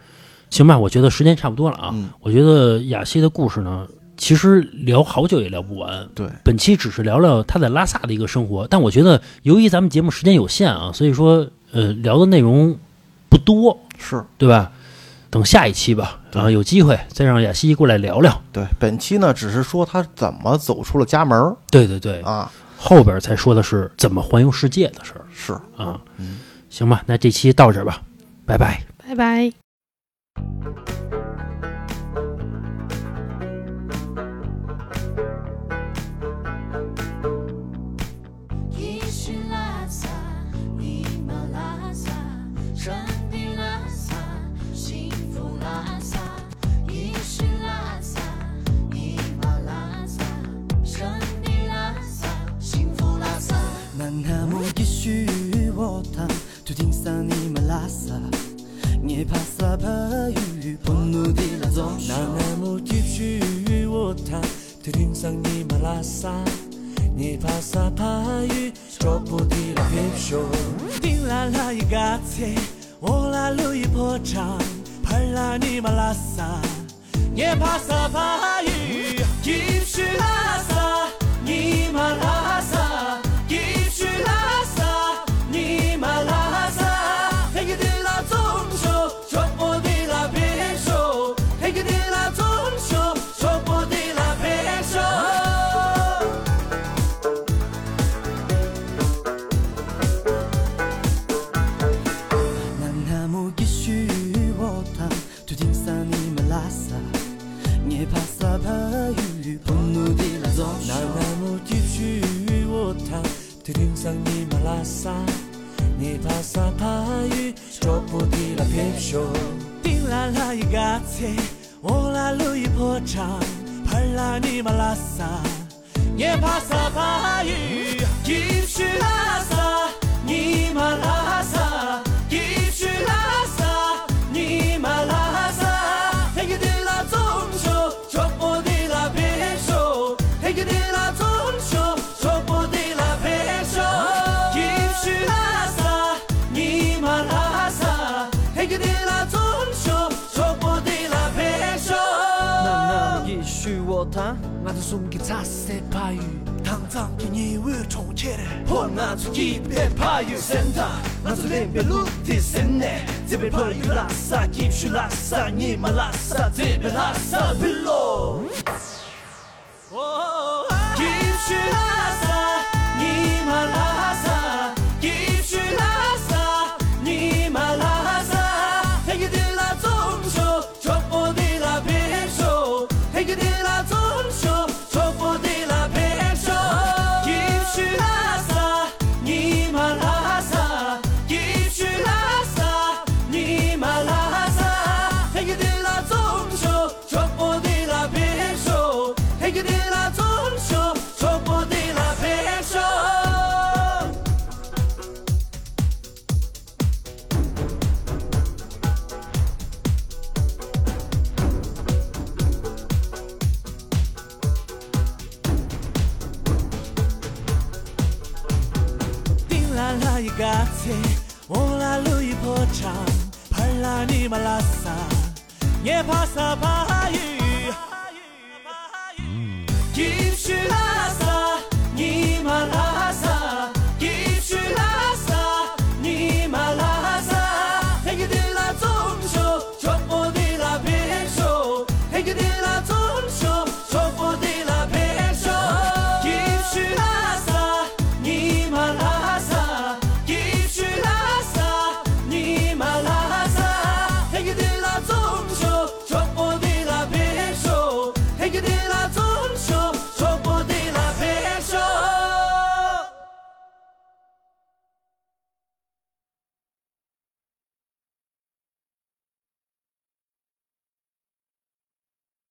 Speaker 1: 行吧，我觉得时间差不多了啊。
Speaker 2: 嗯
Speaker 1: 我觉得雅西的故事呢，其实聊好久也聊不完。
Speaker 2: 对，
Speaker 1: 本期只是聊聊他在拉萨的一个生活，但我觉得由于咱们节目时间有限啊，所以说呃聊的内容不多，
Speaker 2: 是
Speaker 1: 对吧？等下一期吧，然后有机会再让雅西过来聊聊。
Speaker 2: 对。本期呢，只是说他怎么走出了家门儿
Speaker 1: 对对对，
Speaker 2: 啊，
Speaker 1: 后边才说的是怎么环游世界的事儿
Speaker 2: 是。
Speaker 1: 啊。行吧，那这期到这儿吧，拜拜。
Speaker 3: 拜拜。
Speaker 4: 一拉萨，尼玛拉萨，圣地拉萨，幸福拉萨。一是拉萨，尼玛拉萨，圣地拉萨，幸福拉萨。
Speaker 5: 南无一须沃唐，土丁桑尼玛拉萨，涅帕萨帕语，布努迪拉宗。
Speaker 6: 南无地区沃塔，特定桑尼马拉萨，涅帕萨帕语，卓布迪拉别说。丁拉拉伊嘎切，我拉路伊破长，帕拉尼马拉萨，涅帕萨帕语，地区拉萨，尼玛拉萨，地区拉萨，尼玛拉萨，嘿个地拉宗说，卓布迪拉别说，嘿个地拉宗说，卓布迪拉别说。
Speaker 5: 南无一须沃唐，土丁桑尼玛拉萨，涅帕萨帕语，布努迪拉宗。
Speaker 6: 南无地区沃塔，特定桑尼马拉萨，涅帕萨帕语，卓布迪拉别说。丁拉拉伊嘎切，我拉路伊破长，帕拉尼马拉萨，涅帕萨帕语，地区拉萨，尼玛拉萨，地区拉。 나도 숨긴 탓세 파유 당장 기니을 총체를 혼나주 깊에 파유 센터 나도 림베 루티 센네 집에 벌유 라싸 깊슈 라싸 니마 라싸 집에 라싸 빌로 깊슈 라싸 니마 라싸 깊슈 라싸 니마 라싸 해기들라 좀쇼 족보디라 백쇼 해기들라 좀쇼 족보디라 백쇼 깊슈 라싸 니마 라싸 깊슈 라싸 니마 라싸 해기들라 좀쇼 족보디라 백쇼 해기들라 좀쇼 족보디라 백쇼 띵랄라 이가세 오랄루 이보참 발라니 말라사 예파사 바유 김슈라